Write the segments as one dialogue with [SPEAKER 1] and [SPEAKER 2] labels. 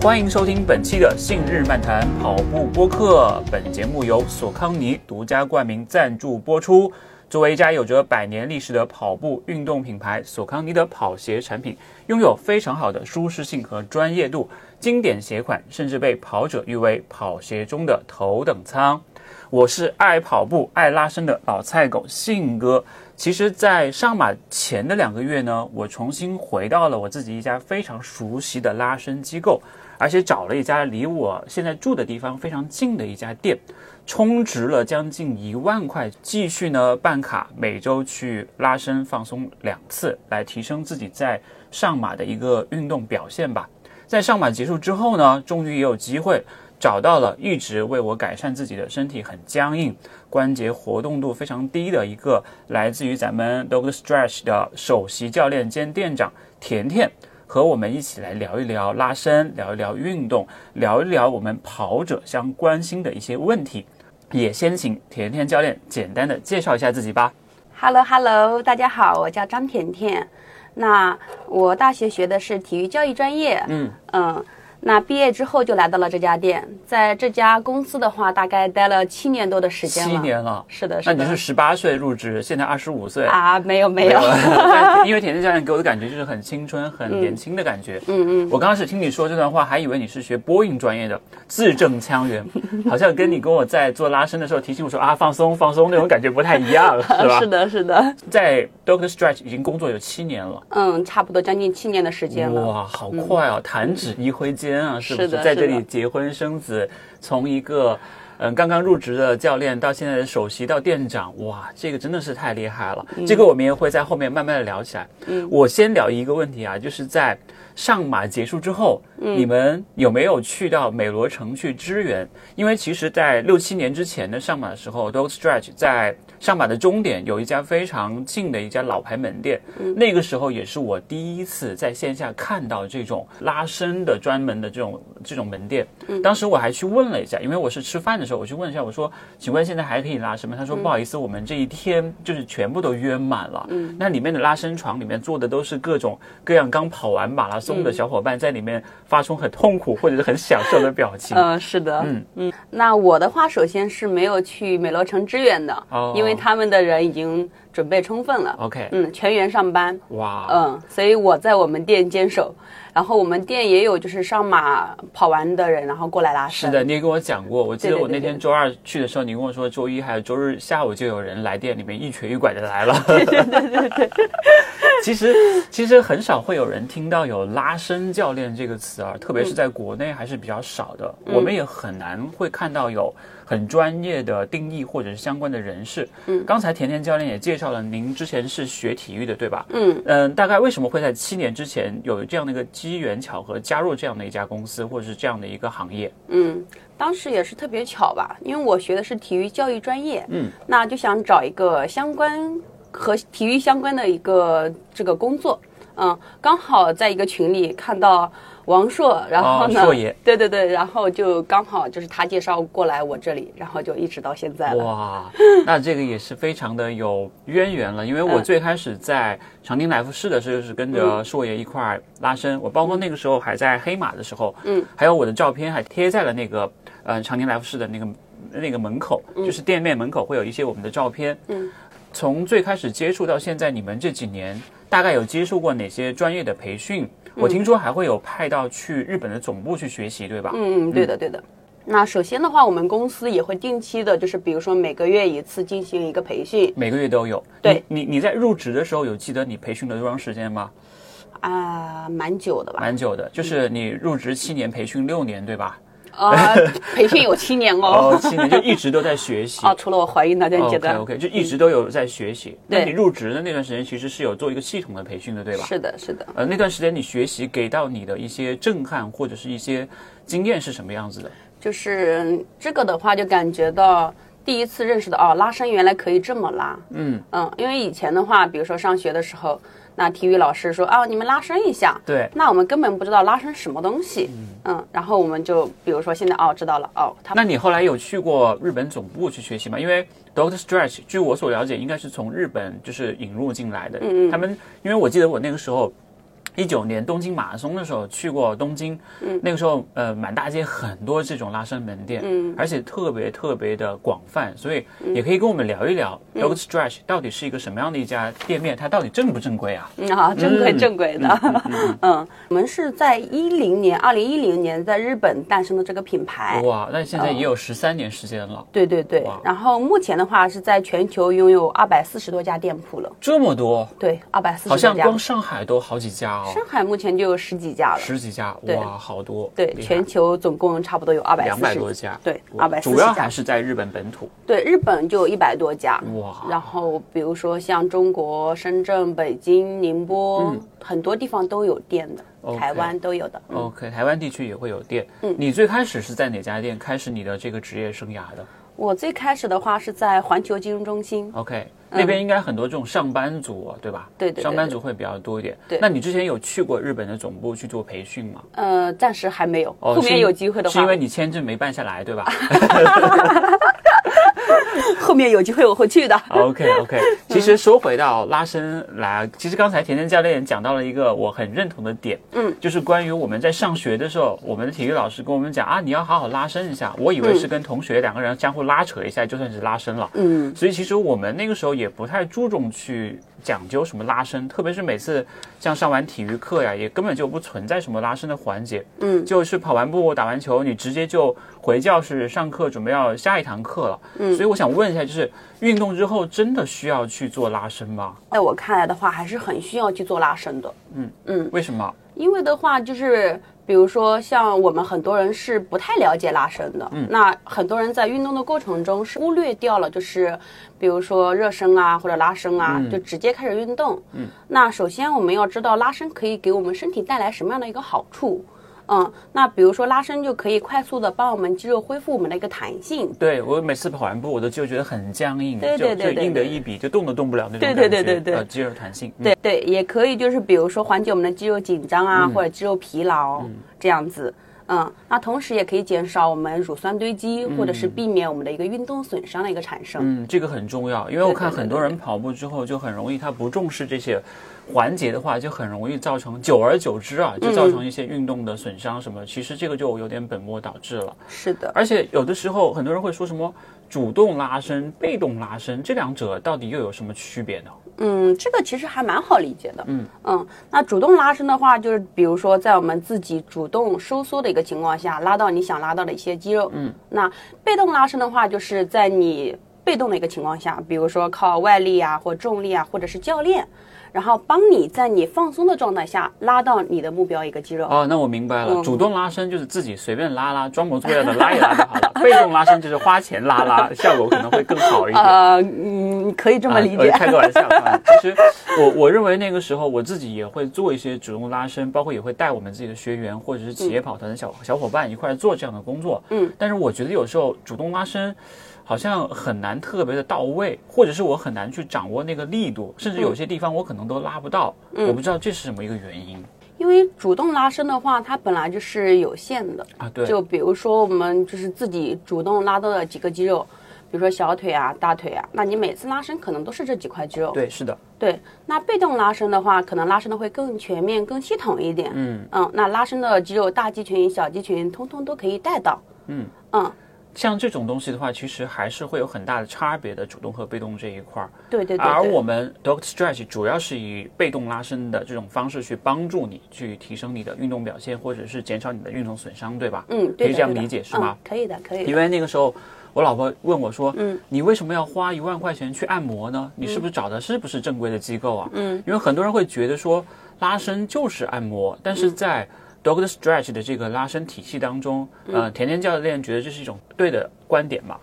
[SPEAKER 1] 欢迎收听本期的《信日漫谈跑步播客》，本节目由索康尼独家冠名赞助播出。作为一家有着百年历史的跑步运动品牌，索康尼的跑鞋产品拥有非常好的舒适性和专业度，经典鞋款甚至被跑者誉为跑鞋中的头等舱。我是爱跑步、爱拉伸的老菜狗信哥。其实，在上马前的两个月呢，我重新回到了我自己一家非常熟悉的拉伸机构，而且找了一家离我现在住的地方非常近的一家店。充值了将近一万块，继续呢办卡，每周去拉伸放松两次，来提升自己在上马的一个运动表现吧。在上马结束之后呢，终于也有机会找到了一直为我改善自己的身体很僵硬、关节活动度非常低的一个来自于咱们 Dog Stretch 的首席教练兼店长甜甜，和我们一起来聊一聊拉伸，聊一聊运动，聊一聊我们跑者相关心的一些问题。也先请甜甜教练简单的介绍一下自己吧。
[SPEAKER 2] Hello Hello，大家好，我叫张甜甜。那我大学学的是体育教育专业，
[SPEAKER 1] 嗯
[SPEAKER 2] 嗯，那毕业之后就来到了这家店，在这家公司的话，大概待了七年多的时间了。
[SPEAKER 1] 七年了，
[SPEAKER 2] 是的，
[SPEAKER 1] 那
[SPEAKER 2] 是
[SPEAKER 1] 你是
[SPEAKER 2] 的。
[SPEAKER 1] 十八岁入职，现在二十五岁。
[SPEAKER 2] 啊，没有没有，
[SPEAKER 1] 但因为甜甜教练给我的感觉就是很青春、很年轻的感觉。
[SPEAKER 2] 嗯嗯，
[SPEAKER 1] 我刚开始听你说这段话，还以为你是学播音专业的，字正腔圆， 好像跟你跟我在做拉伸的时候提醒我说啊放松放松那种感觉不太一样，是吧？
[SPEAKER 2] 是的，是的，
[SPEAKER 1] 在 Doctor Stretch 已经工作有七年了。
[SPEAKER 2] 嗯，差不多将近七年的时间了。嗯
[SPEAKER 1] 哇，好快啊！弹指一挥间啊，是不
[SPEAKER 2] 是的
[SPEAKER 1] 在这
[SPEAKER 2] 是的
[SPEAKER 1] 里结婚生子，从一个嗯、呃刚刚入职的教练到现在的首席到店长，哇，这个真的是太厉害了。这个我们也会在后面慢慢的聊起来。
[SPEAKER 2] 嗯
[SPEAKER 1] 我先聊一个问题啊，就是在上马结束之后，
[SPEAKER 2] 嗯
[SPEAKER 1] 你们有没有去到美罗城去支援？因为其实，在六七年之前的上马的时候，Dog Stretch 在上马的终点有一家非常近的一家老牌门店，
[SPEAKER 2] 嗯
[SPEAKER 1] 那个时候也是我第一次在线下看到这种拉伸的专门的这种这种门店。
[SPEAKER 2] 嗯
[SPEAKER 1] 当时我还去问了一下，因为我是吃饭的时候，我去问一下，我说：“请问现在还可以拉伸吗？”他说：“
[SPEAKER 2] 嗯
[SPEAKER 1] 不好意思，我们这一天就是全部都约满了。
[SPEAKER 2] 嗯
[SPEAKER 1] 那里面的拉伸床里面坐的都是各种各样刚跑完马拉松
[SPEAKER 2] 嗯
[SPEAKER 1] 的小伙伴，在里面发出很痛苦或者是很享受的表情。
[SPEAKER 2] 嗯，是的，
[SPEAKER 1] 嗯
[SPEAKER 2] 嗯。那我的话，首先是没有去美罗城支援的，
[SPEAKER 1] 哦
[SPEAKER 2] 因为他们的人已经准备充分了，
[SPEAKER 1] OK，
[SPEAKER 2] 嗯，全员上班。
[SPEAKER 1] 哇，
[SPEAKER 2] 嗯，所以我在我们店坚守，然后我们店也有就是上马跑完的人，然后过来拉
[SPEAKER 1] 是
[SPEAKER 2] 伸。
[SPEAKER 1] 的，，你也跟我讲过，我记得
[SPEAKER 2] 对对
[SPEAKER 1] 我那
[SPEAKER 2] 对对
[SPEAKER 1] 天周二去的时候，你跟我说周一还有周日下午就有人来店里面一瘸一拐的来了。 对对对对对。 其实其实很少会有人听到有拉伸教练这个词啊，特别是在国内还是比较少的。我们也很难会看到有很专业的定义或者是相关的人士。嗯，刚才甜甜教练也介绍了，您之前是学体育的对吧？
[SPEAKER 2] 嗯
[SPEAKER 1] 嗯，大概为什么会在七年之前有这样的一个机缘巧合加入这样的一家公司或者是这样的一个行业？
[SPEAKER 2] 嗯，当时也是特别巧吧，因为我学的是体育教育专业，嗯，那就想找一个相关和体育相关的一个这个工作，嗯，刚好在一个群里看到王硕，然后呢，
[SPEAKER 1] 哦硕爷
[SPEAKER 2] 对对对，然后就刚好就是他介绍过来我这里，然后就一直到现在了。
[SPEAKER 1] 哇，那这个也是非常的有渊源了，因为我
[SPEAKER 2] 嗯
[SPEAKER 1] 最开始在长汀来福士的时候是跟着硕爷一块儿拉伸，我包括那个时候还在黑马的时候，嗯，还有我的照片还贴在了那个呃长汀来福士的那个那个门口，就是店面门口会有一些我们的照片，
[SPEAKER 2] 嗯，
[SPEAKER 1] 从最开始接触到现在，你们这几年大概有接受过哪些专业的培训？
[SPEAKER 2] 嗯
[SPEAKER 1] 我听说还会有派到去日本的总部去学习，对吧？
[SPEAKER 2] 嗯，对的，对的。那首先的话，我们公司也会定期的，就是比如说每个月一次进行一个培训
[SPEAKER 1] 每个月都有。
[SPEAKER 2] 对
[SPEAKER 1] 你，你你在入职的时候有记得你培训了多长时间吗？
[SPEAKER 2] 啊、蛮久的吧？
[SPEAKER 1] 蛮久的，就是你入职七年，培训六年，对吧？
[SPEAKER 2] 啊，培训有七年
[SPEAKER 1] 哦
[SPEAKER 2] 哦，。
[SPEAKER 1] 七年就一直都在学习。
[SPEAKER 2] 啊，除了我怀孕那段阶
[SPEAKER 1] OK
[SPEAKER 2] 段
[SPEAKER 1] OK，就一直都有在学习。那
[SPEAKER 2] 对
[SPEAKER 1] 你入职的那段时间其实是有做一个系统的培训的，对吧？
[SPEAKER 2] 是的，是的。
[SPEAKER 1] 呃，那段时间你学习给到你的一些震撼或者是一些经验是什么样子的？
[SPEAKER 2] 就是这个的话，就感觉到第一次认识到哦，拉伸原来可以这么拉。
[SPEAKER 1] 嗯
[SPEAKER 2] 嗯，因为以前的话，比如说上学的时候，那体育老师说啊，你们拉伸一下。
[SPEAKER 1] 对，
[SPEAKER 2] 那我们根本不知道拉伸什么东西，嗯，然后我们就比如说现在哦知道了哦，他
[SPEAKER 1] 那你后来有去过日本总部去学习吗？因为 Doctor Stretch，据我所了解，应该是从日本就是引入进来的。嗯嗯。他们，因为我记得我那个时候一九年东京马拉松的时候去过东京，嗯，那个时候呃满大街很多这种拉伸门店，嗯，而且特别特别的广泛，所以也可以跟我们聊一聊 Dog Stretch 到底是一个什么样的一家店面，它到底正不正规啊？
[SPEAKER 2] 嗯啊，正规正规的， 嗯，我们是在一零年，二零一零年在日本诞生的这个品牌，
[SPEAKER 1] 哇，那现在也有十三年时间了，
[SPEAKER 2] 对对对
[SPEAKER 1] 哦哇。
[SPEAKER 2] 然后目前的话是在全球拥有二百四十多家店铺了，
[SPEAKER 1] 这么多，
[SPEAKER 2] 对，二百四
[SPEAKER 1] 好
[SPEAKER 2] 十多
[SPEAKER 1] 像
[SPEAKER 2] 家
[SPEAKER 1] 光。上海都好几家哦，
[SPEAKER 2] 上海目前就有十几家了，
[SPEAKER 1] 十几家，
[SPEAKER 2] 对
[SPEAKER 1] 哇，好多，
[SPEAKER 2] 对，全球总共差不多有二百
[SPEAKER 1] 两百多家，
[SPEAKER 2] 对，
[SPEAKER 1] 哇
[SPEAKER 2] 二百四
[SPEAKER 1] 主
[SPEAKER 2] 十
[SPEAKER 1] 要
[SPEAKER 2] 家
[SPEAKER 1] 还。是在日本本土，
[SPEAKER 2] 对，日本就有一百多家。
[SPEAKER 1] 哇
[SPEAKER 2] 然后比如说像中国深圳、北京、宁波，很多地方都有店的
[SPEAKER 1] 嗯 OK
[SPEAKER 2] 台湾都有的。嗯
[SPEAKER 1] OK，台湾地区也会有店。嗯，你最开始是在哪家店开始你的这个职业生涯的
[SPEAKER 2] 我最开始的话是在环球金融中心，
[SPEAKER 1] ？OK，、那边应该很多这种上班族啊，对吧？
[SPEAKER 2] 嗯对对对
[SPEAKER 1] 上班族会比较多一点。
[SPEAKER 2] 对
[SPEAKER 1] 那你之前有去过日本的总部去做培训吗？
[SPEAKER 2] 呃，暂时还没有，
[SPEAKER 1] 哦
[SPEAKER 2] 后面
[SPEAKER 1] 是
[SPEAKER 2] 有机会的
[SPEAKER 1] 是
[SPEAKER 2] 话
[SPEAKER 1] 因为，你签证没办下来，对吧
[SPEAKER 2] 后面有机会我会去的。
[SPEAKER 1] ？OK OK，其啊实说回到拉伸来，其实刚才甜甜教练讲到了一个我很认同的点，嗯，就是关于我们在上学的时候，我们的体育老师跟我们讲啊，你要好好拉伸一下。我以为是跟同学两个人相互拉扯一下就算是拉伸了，
[SPEAKER 2] 嗯，
[SPEAKER 1] 所以其实我们那个时候也不太注重去讲究什么拉伸，特别是每次像上完体育课呀，也根本就不存在什么拉伸的环节。嗯，就是跑完步、打完球，你直接就回教室上课，准备要下一堂课了。嗯，所以我想问一下，就是运动之后真的需要去做拉伸吗？
[SPEAKER 2] 在我看来的话，还是很需要去做拉伸的。嗯
[SPEAKER 1] 为什么？
[SPEAKER 2] 因为的话，就是比如说像我们很多人是不太了解拉伸的，那很多人在运动的过程中是忽略掉了，就是比如说热身啊或者拉伸啊，就直接开始运动。嗯，那首先我们要知道拉伸可以给我们身体带来什么样的一个好处。嗯，那比如说拉伸就可以快速的帮我们肌肉恢复我们的一个弹性。
[SPEAKER 1] 对我每次跑完步，我都就觉得很僵硬，
[SPEAKER 2] 对对对
[SPEAKER 1] 就就
[SPEAKER 2] 对
[SPEAKER 1] 硬的
[SPEAKER 2] 对
[SPEAKER 1] 一笔，就动都动不了那种
[SPEAKER 2] 对
[SPEAKER 1] 感
[SPEAKER 2] 对
[SPEAKER 1] 觉。
[SPEAKER 2] 对对对
[SPEAKER 1] 呃，肌肉弹性。嗯
[SPEAKER 2] 对对，也可以，就是比如说缓解我们的肌肉紧张啊，或者肌肉疲劳、这样子。嗯，那同时也可以减少我们乳酸堆积，或者是避免我们的一个运动损伤的一个产生。
[SPEAKER 1] 嗯，这个很重要，因为我
[SPEAKER 2] 对
[SPEAKER 1] 看
[SPEAKER 2] 对
[SPEAKER 1] 很
[SPEAKER 2] 对
[SPEAKER 1] 多
[SPEAKER 2] 对
[SPEAKER 1] 人跑步之后就很容易，他不重视这些环节的话，就很容易造成，久而久之啊，就造成一些运动的损伤什么。其实这个就有点本末倒置了。
[SPEAKER 2] 是的，
[SPEAKER 1] 而且有的时候很多人会说什么主动拉伸、被动拉伸，这两者到底又有什么区别呢？
[SPEAKER 2] 嗯，这个其实还蛮好理解的。嗯那主动拉伸的话，就是比如说在我们自己主动收缩的一个情况下，拉到你想拉到的一些肌肉。嗯，那被动拉伸的话，就是在你被动的一个情况下，比如说靠外力啊，或重力啊，或者是教练，然后帮你在你放松的状态下拉到你的目标一个肌肉。
[SPEAKER 1] 哦，那我明白了，主动拉伸就是自己随便拉拉，装模作样的拉一拉就好 了；被动拉伸就是花钱拉拉，效果可能会更好一点。
[SPEAKER 2] 呃，嗯，可以这么理
[SPEAKER 1] 啊我
[SPEAKER 2] 解。
[SPEAKER 1] 开个玩笑啊。其实我我认为那个时候我自己也会做一些主动拉伸，包括也会带我们自己的学员或者是企业
[SPEAKER 2] 嗯
[SPEAKER 1] 跑团的小、小伙伴一块儿做这样的工作。嗯，但是我觉得有时候主动拉伸。好像很难特别的到位，或者是我很难去掌握那个力度，甚至
[SPEAKER 2] 嗯
[SPEAKER 1] 有些地方我可能都拉不到，我不知道这是什么一个原因
[SPEAKER 2] 因为主动拉伸的话，它本来就是有限的。
[SPEAKER 1] 啊？对，
[SPEAKER 2] 就比如说我们就是自己主动拉到的几个肌肉，比如说小腿啊、大腿啊，那你每次拉伸可能都是这几块肌肉。
[SPEAKER 1] 对，是的，
[SPEAKER 2] 对那被动拉伸的话，可能拉伸的会更全面、更系统一点。嗯那拉伸的肌肉，大肌群、小肌群，通通都可以带到。嗯嗯，
[SPEAKER 1] 像这种东西的话，其实还是会有很大的差别的，主动和被动这一块儿。
[SPEAKER 2] 对对对对。
[SPEAKER 1] 而我们 Dog Stretch 主要是以被动拉伸的这种方式去帮助你去提升你的运动表现，或者是减少你的运动损伤，对吧？
[SPEAKER 2] 嗯，
[SPEAKER 1] 可
[SPEAKER 2] 对
[SPEAKER 1] 以
[SPEAKER 2] 的
[SPEAKER 1] 这样
[SPEAKER 2] 对的
[SPEAKER 1] 理解是吗
[SPEAKER 2] 嗯？可以的，可以的
[SPEAKER 1] 因。为那个时候我老婆问我说：“嗯，你为什么要花一万块钱去按摩呢？你是
[SPEAKER 2] 嗯
[SPEAKER 1] 不是找的是不是正规的机构啊？”嗯，因为很多人会觉得说拉伸就是按摩，但
[SPEAKER 2] 嗯
[SPEAKER 1] 是在 Dog Stretch 的这个拉伸体系当中，呃，甜甜教练觉得这是一种对的观点嘛？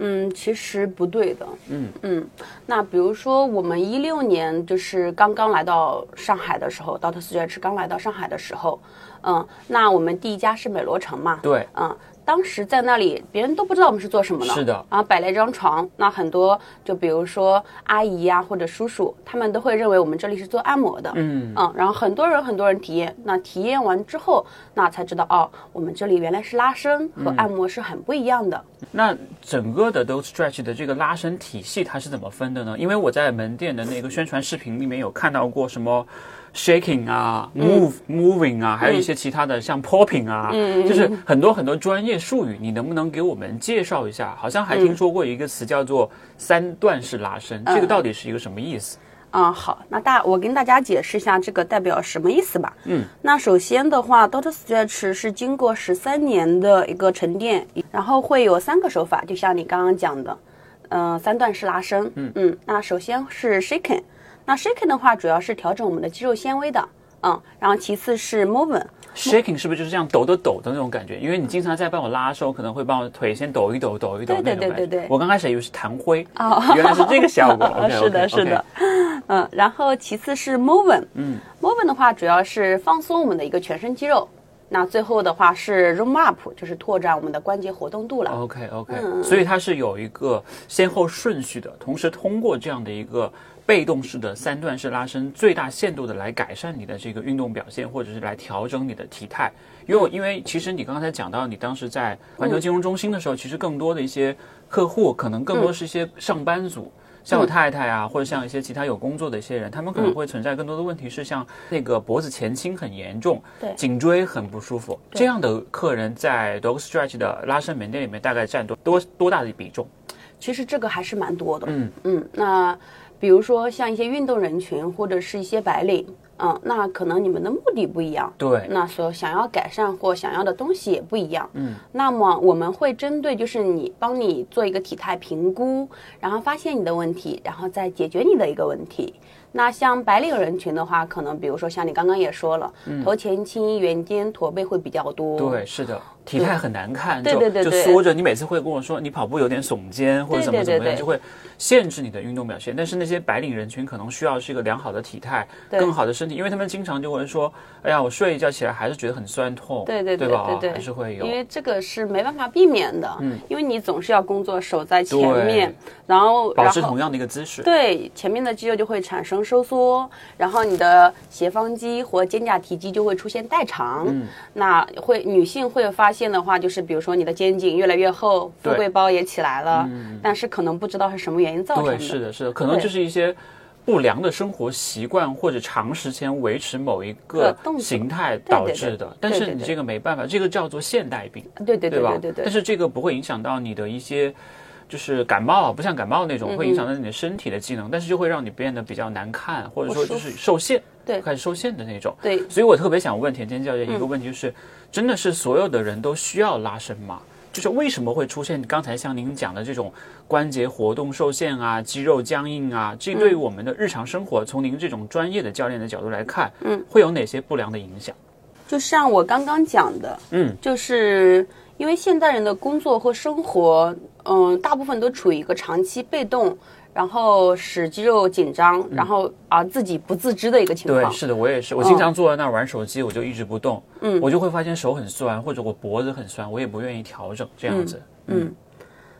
[SPEAKER 2] 嗯，其实不对的。嗯嗯，那比如说我们一六年就是刚刚来到上海的时候，Dot Stretch 刚来到上海的时候，嗯，那我们第一家是美罗城嘛，
[SPEAKER 1] 对，
[SPEAKER 2] 嗯，当时在那里别人都不知道我们是做什么的，
[SPEAKER 1] 是的
[SPEAKER 2] 然后摆了一张床，那很多就比如说阿姨呀、或者叔叔，他们都会认为我们这里是做按摩的，嗯然后很多人很多人体验，那
[SPEAKER 1] 嗯
[SPEAKER 2] 体验完之后，那才知道哦，我们这里原来是拉伸和按摩是很不一样的，
[SPEAKER 1] 那整个的 Those Stretch 的这个拉伸体系它是怎么分的呢？因为我在门店的那个宣传视频里面有看到过什么 shaking 啊、move moving 啊，还有一些其他的像 popping 啊，就是很多很多专业术语，你能不能给我们介绍一下？好像还听说过一个词叫做三段式拉伸，这个到底是一个什么意思？
[SPEAKER 2] 嗯，好，那大我跟大家解释一下这个代表什么意思吧。嗯，那首先的话，Doctor Stretch 是经过十三年的一个沉淀，然后会有三个手法，就像你刚刚讲的，呃，三段式拉伸。嗯嗯，那首先是 shaking，那 shaking 的话主要是调整我们的肌肉纤维的，嗯，然后其次是 movement，
[SPEAKER 1] shaking 是不是就是这样抖抖抖的那种感觉？因为你经常在帮我拉的时候，可能会帮我腿先抖一抖、抖一抖那
[SPEAKER 2] 对
[SPEAKER 1] 种
[SPEAKER 2] 对
[SPEAKER 1] 感觉。
[SPEAKER 2] 对对对
[SPEAKER 1] 我刚开始以为是弹灰，原来是这个效 果。OK，OK，OK
[SPEAKER 2] 是的，是的。，嗯，然后其次是 movement，嗯，movement 的话主要是放松我们的一个全身肌肉，那最后的话是 room up，就是拓展我们的关节活动度了。
[SPEAKER 1] OK OK，、所以它是有一个先后顺序的，同时通过这样的一个被动式的三段式拉伸，最大限度的来改善你的这个运动表现，或者是来调整你的体态。因为我因为其实你刚才讲到，你当时在环球金融中心的时候，其实更多的一些客户可能更多是一些上班族。像
[SPEAKER 2] 嗯
[SPEAKER 1] 我太太啊，或者像一些其他有工作的一些人，他们可能会存在更多的问题是，像那个脖子前倾很严重，
[SPEAKER 2] 对
[SPEAKER 1] 颈椎很不舒服，这样的客人在 Dog Stretch 的拉伸门店里面大概占多多多大的比重？
[SPEAKER 2] 其实这个还是蛮多的。嗯嗯，那比如说像一些运动人群或者是一些白领，嗯，那可能你们的目的不一样。
[SPEAKER 1] 对，
[SPEAKER 2] 那所想要改善或想要的东西也不一样，嗯，那么我们会针对就是你帮你做一个体态评估，然后发现你的问题，然后再解决你的一个问题。那像白领人群的话，可能比如说像你刚刚也说了，头前倾、圆肩、驼背会比较多，
[SPEAKER 1] 嗯对，是的，体态很难看，
[SPEAKER 2] 哦对
[SPEAKER 1] 就
[SPEAKER 2] 对对对
[SPEAKER 1] 就缩着。你每次会跟我说你跑步有点耸肩或者怎么
[SPEAKER 2] 对对
[SPEAKER 1] 怎么
[SPEAKER 2] 对
[SPEAKER 1] 样，
[SPEAKER 2] 对
[SPEAKER 1] 就会限制你的运动表现。但是那些白领人群可能需要是一个良好的体态，
[SPEAKER 2] 对
[SPEAKER 1] 更好的身体，因为他们经常就会说，哎呀，我睡一觉起来还是觉得很酸痛，
[SPEAKER 2] 对对
[SPEAKER 1] 对
[SPEAKER 2] 对
[SPEAKER 1] 吧？
[SPEAKER 2] 对对
[SPEAKER 1] 还是会有
[SPEAKER 2] 因。为这个是没办法避免的，嗯，因为你总是要工作守在前面
[SPEAKER 1] 对，
[SPEAKER 2] 然后
[SPEAKER 1] 保
[SPEAKER 2] 然
[SPEAKER 1] 持同
[SPEAKER 2] 后
[SPEAKER 1] 样的一个姿势，
[SPEAKER 2] 对前面的肌肉就会产生收缩，然后你的斜方肌和肩胛提肌就会出现代偿，嗯，那会女性会发现的话，就是比如说你的肩颈越来越厚，
[SPEAKER 1] 对嗯
[SPEAKER 2] 富贵包也起来了，但是可能不知道是什么原因造成
[SPEAKER 1] 对，
[SPEAKER 2] 的，
[SPEAKER 1] 是的，是的，可能
[SPEAKER 2] 对
[SPEAKER 1] 就是一些不良的生活习惯或者长时间维持某一
[SPEAKER 2] 个
[SPEAKER 1] 个
[SPEAKER 2] 动作
[SPEAKER 1] 形态
[SPEAKER 2] 对
[SPEAKER 1] 导
[SPEAKER 2] 对
[SPEAKER 1] 致
[SPEAKER 2] 对
[SPEAKER 1] 的。但
[SPEAKER 2] 对
[SPEAKER 1] 是
[SPEAKER 2] 对
[SPEAKER 1] 你
[SPEAKER 2] 对
[SPEAKER 1] 这个没办法，这个叫做现代病，
[SPEAKER 2] 对对对
[SPEAKER 1] 吧
[SPEAKER 2] 对？对对，
[SPEAKER 1] 但是这个不会影响到你的一些。就是感冒，不像感冒那
[SPEAKER 2] 嗯
[SPEAKER 1] 种会影响到你的身体的机能，但是就会让你变得比较难看，或者说就是受限，
[SPEAKER 2] 对
[SPEAKER 1] 开始受限的那种。
[SPEAKER 2] 对
[SPEAKER 1] 所以我特别想问田间教练一个问题，就是、真的是所有的人都需要拉伸吗？就是为什么会出现刚才像您讲的这种关节活动受限啊、肌肉僵硬啊？这
[SPEAKER 2] 嗯
[SPEAKER 1] 对于我们的日常生活，从您这种专业的教练的角度来看，嗯，会有哪些不良的影响？
[SPEAKER 2] 就像我刚刚讲的，
[SPEAKER 1] 嗯，
[SPEAKER 2] 就是因为现代人的工作或生活，嗯，大部分都处于一个长期被动，然后使肌肉紧张，然后而自己不自知的一个情
[SPEAKER 1] 嗯对，
[SPEAKER 2] 况。
[SPEAKER 1] 是的，我也是，我经常坐在那儿玩手机，我就一直不动，嗯，我就会发现手很酸，或者我脖子很酸，我也不愿意调整这样子。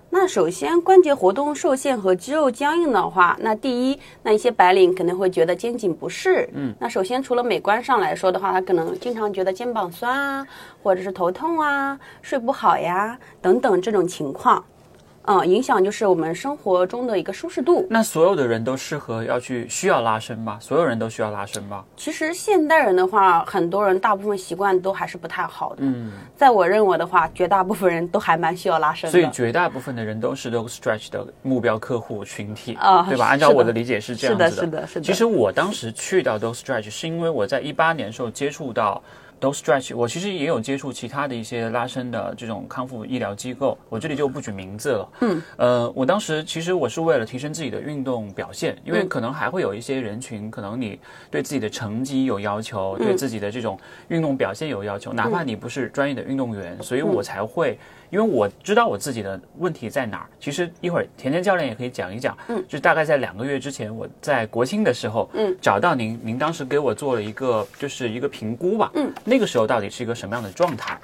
[SPEAKER 2] 那首先关节活动受限和肌肉僵硬的话，那第一，那一些白领可能会觉得肩颈不适。嗯，那首先除了美观上来说的话，他可能经常觉得肩膀酸啊，或者是头痛啊、睡不好呀等等这种情况。嗯，影响就是我们生活中的一个舒适度。
[SPEAKER 1] 那所有的人都适合要去需要拉伸吗？所有人都需要拉伸吗？
[SPEAKER 2] 其实现代人的话，很多人大部分习惯都还是不太好的。嗯，在我认为的话，绝大部分人都还蛮需要拉伸
[SPEAKER 1] 所以
[SPEAKER 2] 的。
[SPEAKER 1] 绝大部分的人都是 Dog Stretch 的目标客户群体，
[SPEAKER 2] 啊
[SPEAKER 1] 对
[SPEAKER 2] 是
[SPEAKER 1] 吧？
[SPEAKER 2] 的
[SPEAKER 1] 按照我的理解是这样子
[SPEAKER 2] 是的是的是的
[SPEAKER 1] 其实我当时去到 Dog Stretch 是因为我在一八年的时候接触到 Dog Stretch，我其实也有接触其他的一些拉伸的这种康复医疗机构，我这里就不举名字了。嗯，呃，我当时其实我是为了提升自己的运动表现，因为
[SPEAKER 2] 嗯
[SPEAKER 1] 可能还会有一些人群，可能你对自己的成绩有要求，
[SPEAKER 2] 嗯
[SPEAKER 1] 对自己的这种运动表现有要求，哪怕你不是专业的运动员，所以我才会。因为我知道我自己的问题在哪儿。其实一会儿甜甜教练也可以讲一讲，嗯，就大概在两个月之前，我在国庆的时候，嗯，找到您，您当时给我做了一个就是一个评估吧，嗯，那个时候到底是一个什么样的状态？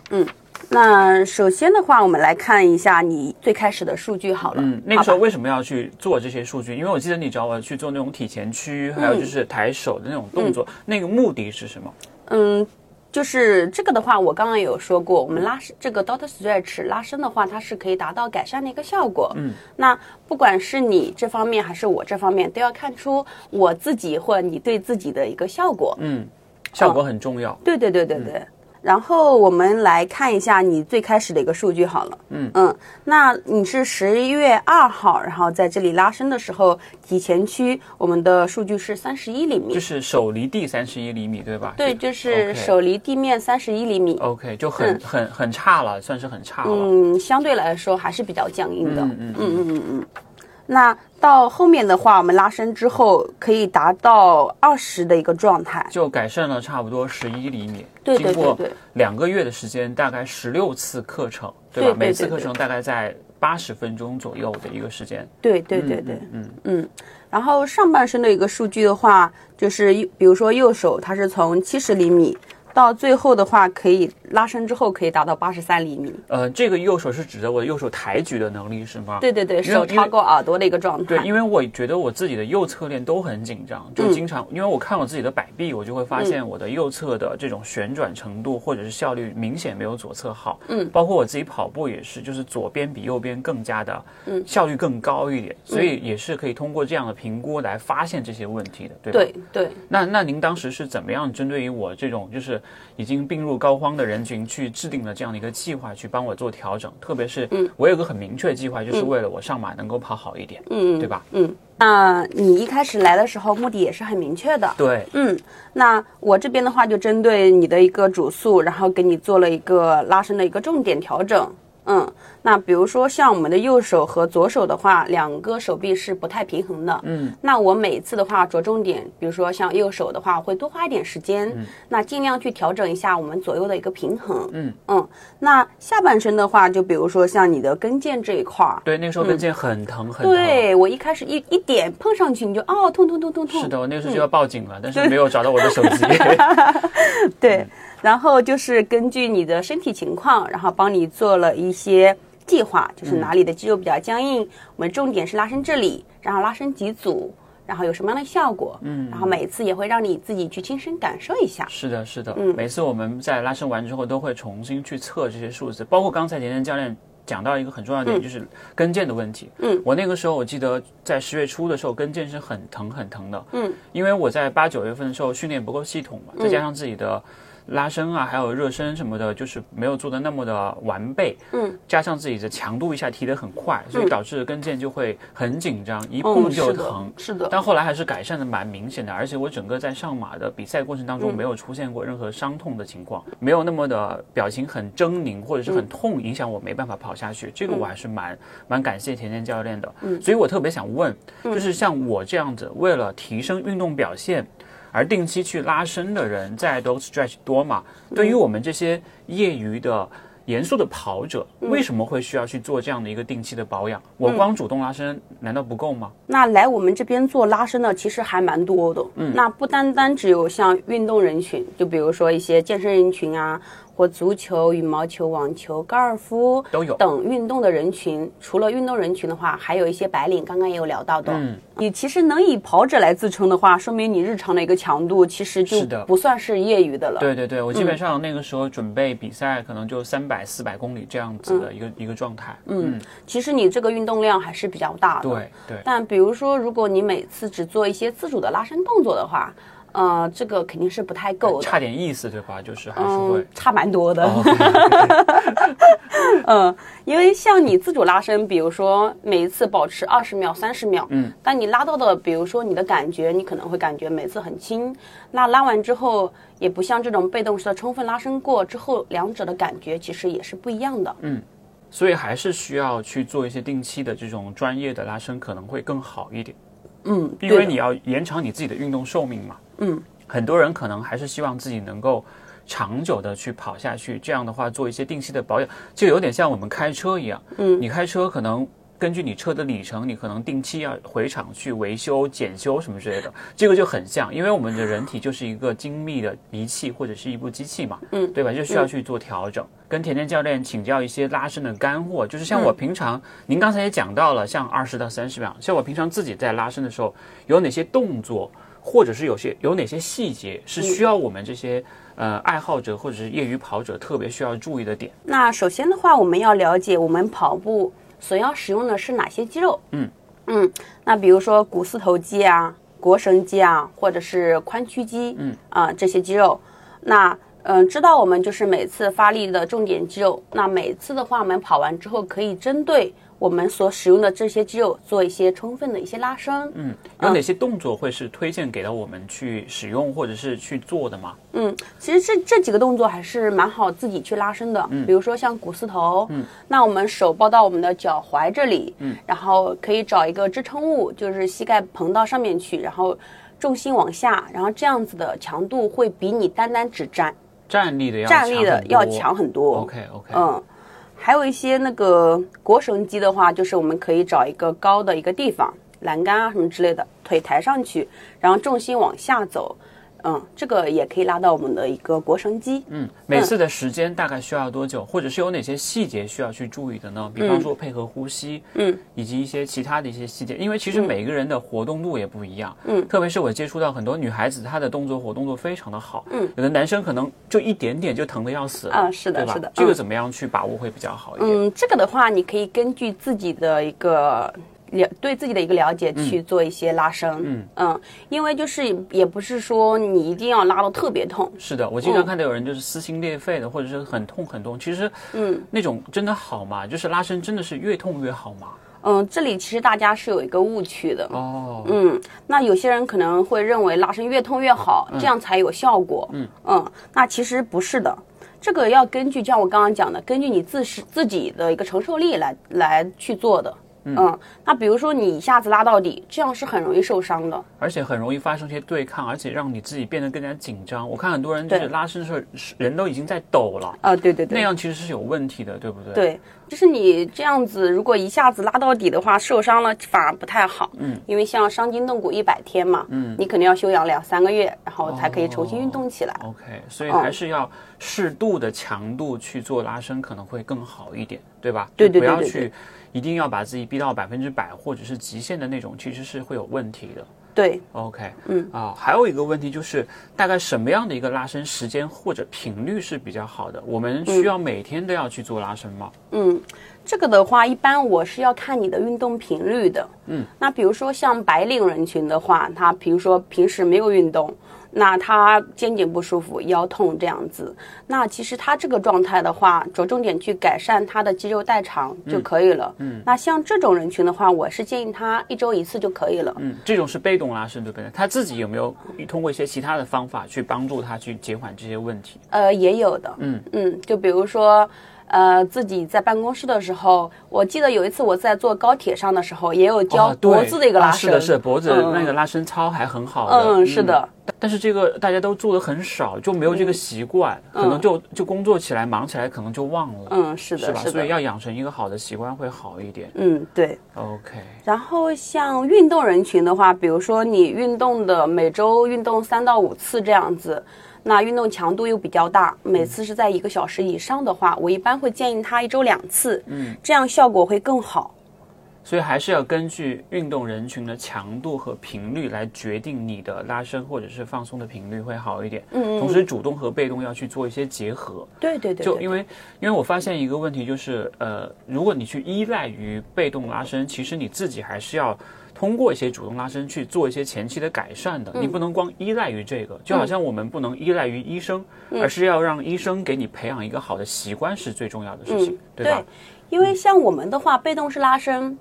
[SPEAKER 2] 那首先的话，我们来看一下你最开始的数据好了。
[SPEAKER 1] 嗯，那个时候为什么要去做这些数据？因为我记得你找我去做那嗯种体前屈，还有就是抬手的那种动作，那个目的是什么？
[SPEAKER 2] 嗯，就是这个的话，我刚刚有说过，我们拉伸这个 dot stretch 拉伸的话，它是可以达到改善的一个效果。嗯，那不管是你这方面还是我这方面，都要看出我自己或你对自己的一个效果。
[SPEAKER 1] 嗯，效果很重要。
[SPEAKER 2] 对对对对对。然后我们来看一下你最开始的一个数据好了。嗯嗯，那你是十一月二号，然后在这里拉伸的时候，体前屈我们的数据是三十一厘米
[SPEAKER 1] 就。是手离地三十一厘米，对吧？
[SPEAKER 2] 对，就是
[SPEAKER 1] ，OK
[SPEAKER 2] 手离地面三十一厘米。
[SPEAKER 1] OK，就很、很很差了，算是很差了。
[SPEAKER 2] 嗯，相对来说还是比较僵硬的。嗯嗯嗯嗯嗯。那到后面的话，我们拉伸之后可以达到二十的一个状态。
[SPEAKER 1] 就改善了差不多十一厘米。
[SPEAKER 2] 对对对
[SPEAKER 1] 经过
[SPEAKER 2] 对
[SPEAKER 1] 两个月的时间，大概十六次课程，对吧？
[SPEAKER 2] 对对对
[SPEAKER 1] 每次课程大概在八十分钟左右的一个时间。
[SPEAKER 2] 对对对对，嗯嗯。然后上半身的一个数据的话，就是右比如说右手，它是从七十厘米到最后的话，可以拉伸之后可以达到八十三厘米。
[SPEAKER 1] 呃，这个右手是指的我的右手抬举的能力是吗？
[SPEAKER 2] 对对对，
[SPEAKER 1] 因为
[SPEAKER 2] 手超过耳朵的一个状态。
[SPEAKER 1] 对，因为我觉得我自己的右侧链都很紧张，就经常、因为我看我自己的摆臂，我就会发现我的右侧的这种旋转程度或者是效率明显没有左侧好。嗯，包括我自己跑步也是，就是左边比右边更加的，嗯，效率更高一点，所以也是可以通过这样的评估来发现这些问题的，对吧？
[SPEAKER 2] 对对，
[SPEAKER 1] 那那您当时是怎么样针对于我这种就是已经病入膏肓的人群去制定了这样的一个计划，去帮我做调整？特别是我有个很明确的计划，就是为了我上马能够跑好一点，嗯，对吧？
[SPEAKER 2] 嗯。那你一开始来的时候，目的也是很明确的。
[SPEAKER 1] 对，
[SPEAKER 2] 嗯，那我这边的话就针对你的一个主诉，然后给你做了一个拉伸的一个重点调整。嗯，那比如说像我们的右手和左手的话，两个手臂是不太平衡的。嗯，那我每次的话着重点，比如说像右手的话，会多花一点时间，那尽量去调整一下我们左右的一个平衡。嗯嗯，那下半身的话，就比如说像你的跟腱这一块儿，
[SPEAKER 1] 对，那个时候跟腱很疼很疼。
[SPEAKER 2] 对我一开始一一点碰上去，你就哦痛痛痛痛痛，
[SPEAKER 1] 是的，我那个时候就要报警了，但是没有找到我的手机。
[SPEAKER 2] 对，然后就是根据你的身体情况，然后帮你做了一些计划，就是哪里的肌肉比较僵硬，我们重点是拉伸这里，然后拉伸几组，然后有什么样的效果，嗯，然后每次也会让你自己去亲身感受一下，
[SPEAKER 1] 是的，是的，每次我们在拉伸完之后，都会重新去测这些数字，包括刚才甜甜教练。讲到一个很重要的点，就是跟腱的问题。嗯，我那个时候我记得在十月初的时候，跟腱是很疼很疼的。嗯，因为我在八九月份的时候训练不够系统嘛，再加上自己的拉伸啊，还有热身什么的，就是没有做的那么的完备。嗯，加上自己的强度一下提得很快，所以导致跟腱就会很紧张，一碰
[SPEAKER 2] 嗯，
[SPEAKER 1] 就是疼
[SPEAKER 2] 的。，是的，
[SPEAKER 1] 但后来还是改善的蛮明显的，而且我整个在上马的比赛过程当中没有出现过任何伤痛的情况，没有那么的表情很狰狞或者是很痛，影响我没办法跑下去。这个我还是蛮蛮感谢甜甜教练的。所以我特别想问，就是像我这样子为了提升运动表现。而定期去拉伸的人，在 dog stretch 多嘛？对于我们这些业余的、严肃的跑者，为什么会需要去做这样的一个定期的保养？我光主动拉伸难道不够吗？
[SPEAKER 2] 那来我们这边做拉伸的其实还蛮多的，嗯，那不单单只有像运动人群，就比如说一些健身人群啊，或足球、羽毛球、网球、高尔夫
[SPEAKER 1] 都有。
[SPEAKER 2] 等运动的人群，除了运动人群的话，还有一些白领，刚刚也有聊到的。
[SPEAKER 1] 嗯，
[SPEAKER 2] 你其实能以跑者来自称的话，说明你日常的一个强度其实就是
[SPEAKER 1] 的
[SPEAKER 2] 不算是业余的嗯了。
[SPEAKER 1] 对对对，我基本上那个时候准备比赛，可能就三百、四百公里这样子的一个、一个状态。嗯，
[SPEAKER 2] 其实你这个运动量还是比较大的。
[SPEAKER 1] 对对，
[SPEAKER 2] 但比如说，如果你每次只做一些自主的拉伸动作的话，呃，这个肯定是不太够的。
[SPEAKER 1] 差点意思对吧？就是还是会
[SPEAKER 2] 嗯，，差蛮多的。
[SPEAKER 1] 哦
[SPEAKER 2] 嗯，因为像你自主拉伸，比如说每一次保持二十秒、三十秒，
[SPEAKER 1] 嗯，
[SPEAKER 2] 但你拉到的，比如说你的感觉，你可能会感觉每次很轻，那拉完之后也不像这种被动式的充分拉伸过之后，两者的感觉其实也是不一样的。
[SPEAKER 1] 所以还是需要去做一些定期的这种专业的拉伸，可能会更好一点，
[SPEAKER 2] 嗯，
[SPEAKER 1] 因
[SPEAKER 2] 对
[SPEAKER 1] 为
[SPEAKER 2] 的
[SPEAKER 1] 你要延长你自己的运动寿命嘛。嗯，很多人可能还是希望自己能够。长久的去跑下去，这样的话做一些定期的保养，就有点像我们开车一样。嗯，你开车可能根据你车的里程，你可能定期要回厂去维修、检修什么之类的，这个就很像，因为我们的人体就是一个精密的仪器或者是一部机器嘛，嗯，对吧？就需要去做调整。跟甜甜教练请教一些拉伸的干货，就是像我平常，您刚才也讲到了，像二十到三十秒，像我平常自己在拉伸的时候，有哪些动作或者是有些有哪些细节是需要我们这些呃爱好者或者是业余跑者特别需要注意的点？
[SPEAKER 2] 那首先的话，我们要了解我们跑步所要使用的是哪些肌肉。
[SPEAKER 1] 嗯
[SPEAKER 2] 嗯，那比如说股四头肌啊、腘绳肌啊，或者是髋屈肌，
[SPEAKER 1] 嗯
[SPEAKER 2] 啊、这些肌肉。那嗯、呃知道我们就是每次发力的重点肌肉。那每次的话，我们跑完之后可以针对我们所使用的这些肌肉做一些充分的一些拉伸。
[SPEAKER 1] 嗯，有哪些动作会是推荐给到我们去使用或者是去做的吗？
[SPEAKER 2] 嗯，其实这这几个动作还是蛮好自己去拉伸的，比如说像股四头，嗯，那我们手抱到我们的脚踝这里，嗯，然后可以找一个支撑物，就是膝盖膨到上面去，然后重心往下，然后这样子的强度会比你单单只站
[SPEAKER 1] 站立的要
[SPEAKER 2] 站立的
[SPEAKER 1] 很多
[SPEAKER 2] 要强。很多。
[SPEAKER 1] OK OK，
[SPEAKER 2] 嗯，还有一些那个腘绳肌的话，就是我们可以找一个高的一个地方，栏杆啊什么之类的，腿抬上去，然后重心往下走，嗯，这个也可以拉到我们的一个腘绳肌。
[SPEAKER 1] 嗯，每次的时间大概需要多久，或者是有哪些细节需要去注意的呢？比方说配合呼吸，
[SPEAKER 2] 嗯，
[SPEAKER 1] 以及一些其他的一些细节，因为其实每个人的活动度也不一样，嗯，特别是我接触到很多女孩子，她的动作活动度非常的好，嗯，有的男生可能就一点点就疼的要死了
[SPEAKER 2] 啊是的
[SPEAKER 1] 对吧
[SPEAKER 2] 是的
[SPEAKER 1] 这个
[SPEAKER 2] 嗯
[SPEAKER 1] 怎么样去把握会比较好一点？
[SPEAKER 2] 嗯，这个的话，你可以根据自己的一个了对自己的一个了解去做一些拉伸。嗯因为就是也不是说你一定要拉到特别痛，
[SPEAKER 1] 是的，我经常
[SPEAKER 2] 嗯
[SPEAKER 1] 看到有人就是撕心裂肺的，或者是很痛很痛。其实，嗯，那种真的好吗？就是拉伸真的是越痛越好吗？
[SPEAKER 2] 嗯，这里其实大家是有一个误区的。
[SPEAKER 1] 哦，
[SPEAKER 2] 嗯，那有些人可能会认为拉伸越痛越好，这样才有效果。嗯那其实不是的，这个要根据像我刚刚讲的，根据你自身自己的一个承受力来来去做的。嗯那比如说你一下子拉到底，这样是很容易受伤的。
[SPEAKER 1] 而且很容易发生一些对抗，而且让你自己变得更加紧张。我看很多人就是
[SPEAKER 2] 对
[SPEAKER 1] 拉伸的时候，是人都已经在抖了，
[SPEAKER 2] 啊、对对对，
[SPEAKER 1] 那样其实是有问题的，对不对？，
[SPEAKER 2] 对，就是你这样子，如果一下子拉到底的话，受伤了反而不太好。嗯，因为像伤筋动骨一百天嘛，嗯，哦你可能要休养两三个月，然后才可以重新运动起来。
[SPEAKER 1] OK，所以
[SPEAKER 2] 哦
[SPEAKER 1] 还是要适度的强度去做拉伸，可能会更好一点，对吧？
[SPEAKER 2] 对
[SPEAKER 1] 就
[SPEAKER 2] 对
[SPEAKER 1] 不
[SPEAKER 2] 对
[SPEAKER 1] 要
[SPEAKER 2] 对
[SPEAKER 1] 去一定要把自己逼到百分之百或者是极限的那种，其实是会有问题的。
[SPEAKER 2] 对，
[SPEAKER 1] OK，嗯啊，还有一个问题就是，大概什么样的一个拉伸时间或者频率是比较好的？我们需要每天都要去做拉伸吗？
[SPEAKER 2] 嗯，这个的话，一般我是要看你的运动频率的。嗯，那比如说像白领人群的话，他比如说平时没有运动，那他肩颈不舒服、腰痛这样子，那其实他这个状态的话，着重点去改善他的肌肉代偿就可以了。嗯，那像这种人群的话，我是建议他一周一次就可以了。
[SPEAKER 1] 嗯，这种是被动拉伸，对不对？他自己有没有通过一些其他的方法去帮助他去减缓这些问题？
[SPEAKER 2] 呃，也有的，嗯嗯，就比如说，呃，自己在办公室的时候，我记得有一次我在坐高铁上的时候，也有教
[SPEAKER 1] 哦对
[SPEAKER 2] 脖子的一个拉
[SPEAKER 1] 啊
[SPEAKER 2] 伸，
[SPEAKER 1] 是的，是的，脖子
[SPEAKER 2] 嗯
[SPEAKER 1] 那个拉伸操还很好的。
[SPEAKER 2] 嗯，是的，
[SPEAKER 1] 但但是这个大家都做的很少，就没有这个习惯，可能就就工作起来忙起来，可能就忘了，
[SPEAKER 2] 嗯，是
[SPEAKER 1] 是
[SPEAKER 2] 的，
[SPEAKER 1] 吧？
[SPEAKER 2] 是
[SPEAKER 1] 所以
[SPEAKER 2] 的，
[SPEAKER 1] 要养成一个好的习惯会好一点。
[SPEAKER 2] 嗯，对。
[SPEAKER 1] OK。
[SPEAKER 2] 然后像运动人群的话，比如说你运动的每周运动三到五次这样子，那运动强度又比较大，
[SPEAKER 1] 嗯
[SPEAKER 2] 每次是在一个小时以上的话，我一般会建议他一周两次，嗯，这样效果会更好。
[SPEAKER 1] 所以还是要根据运动人群的强度和频率来决定你的拉伸或者是放松的频率会好一点。嗯同时主动和被动要去做一些结合。
[SPEAKER 2] 对对对
[SPEAKER 1] 就因
[SPEAKER 2] 为
[SPEAKER 1] 为，因为我发现一个问题，就是呃，如果你去依赖于被动拉伸，其实你自己还是要通过一些主动拉伸去做一些前期的改善的。你不能光依赖于这个，就好像我们不能依赖于医生，而是要让医生给你培养一个好的习惯是最重要的事情，对吧？
[SPEAKER 2] 因为像我们的话，被动式拉伸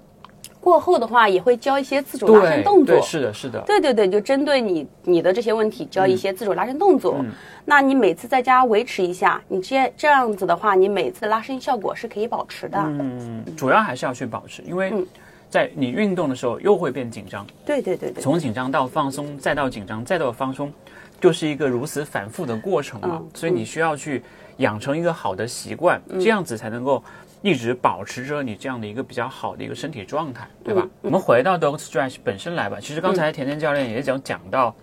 [SPEAKER 2] 过后的话，也会教一些自主拉伸动作，
[SPEAKER 1] 对，是的，是的。
[SPEAKER 2] 对对对，就针对你你的这些问题，教一些自主拉伸动作。
[SPEAKER 1] 嗯
[SPEAKER 2] 那你每次在家维持一下，你这这样子的话，你每次的拉伸效果是可以保持的。
[SPEAKER 1] 嗯主要还是要去保持，因为在你运动的时候又会变紧张，
[SPEAKER 2] 对对对对，
[SPEAKER 1] 从紧张到放松，再到紧张，再到放松，就是一个如此反复的过程嘛
[SPEAKER 2] 嗯。
[SPEAKER 1] 所以你需要去养成一个好的习惯，这样子才能够。一直保持着你这样的一个比较好的一个身体状态，对
[SPEAKER 2] 嗯
[SPEAKER 1] 吧？我们回到 Dog Stretch 本身来吧。其实刚才甜甜教练也讲讲到，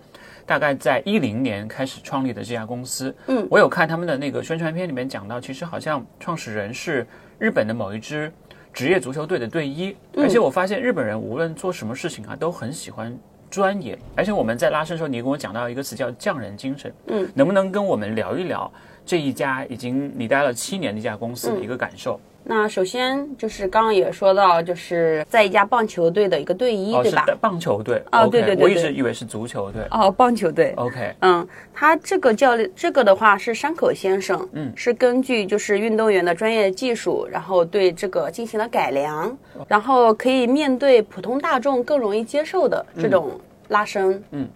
[SPEAKER 1] 大概在一零年开始创立的这家公司。嗯，我有看他们的那个宣传片里面讲到，其实好像创始人是日本的某一支
[SPEAKER 2] 嗯
[SPEAKER 1] 职业足球队的队医，而且我发现日本人无论做什么事情啊，都很喜欢钻研。而且我们在拉伸的时候，你跟我讲到一个词叫匠人精神，
[SPEAKER 2] 嗯，
[SPEAKER 1] 能不能跟我们聊一聊这一家已经你待了七年的一家公司
[SPEAKER 2] 嗯
[SPEAKER 1] 的一个感受？
[SPEAKER 2] 那首先就是刚刚也说到，就是在一家棒球队的一个队医，
[SPEAKER 1] 哦，
[SPEAKER 2] 对
[SPEAKER 1] 是
[SPEAKER 2] 吧？
[SPEAKER 1] 棒球队
[SPEAKER 2] 哦
[SPEAKER 1] OK，
[SPEAKER 2] 对对对
[SPEAKER 1] 我一
[SPEAKER 2] 对
[SPEAKER 1] 直以为是足球队。
[SPEAKER 2] 哦，棒球队。
[SPEAKER 1] OK，
[SPEAKER 2] 嗯，他这个教练，这个的话是山口先生，
[SPEAKER 1] 嗯
[SPEAKER 2] 是根据就是运动员的专业技术，然后对这个进行了改良，然后可以面对普通大众更容易接受的这种拉伸，
[SPEAKER 1] 嗯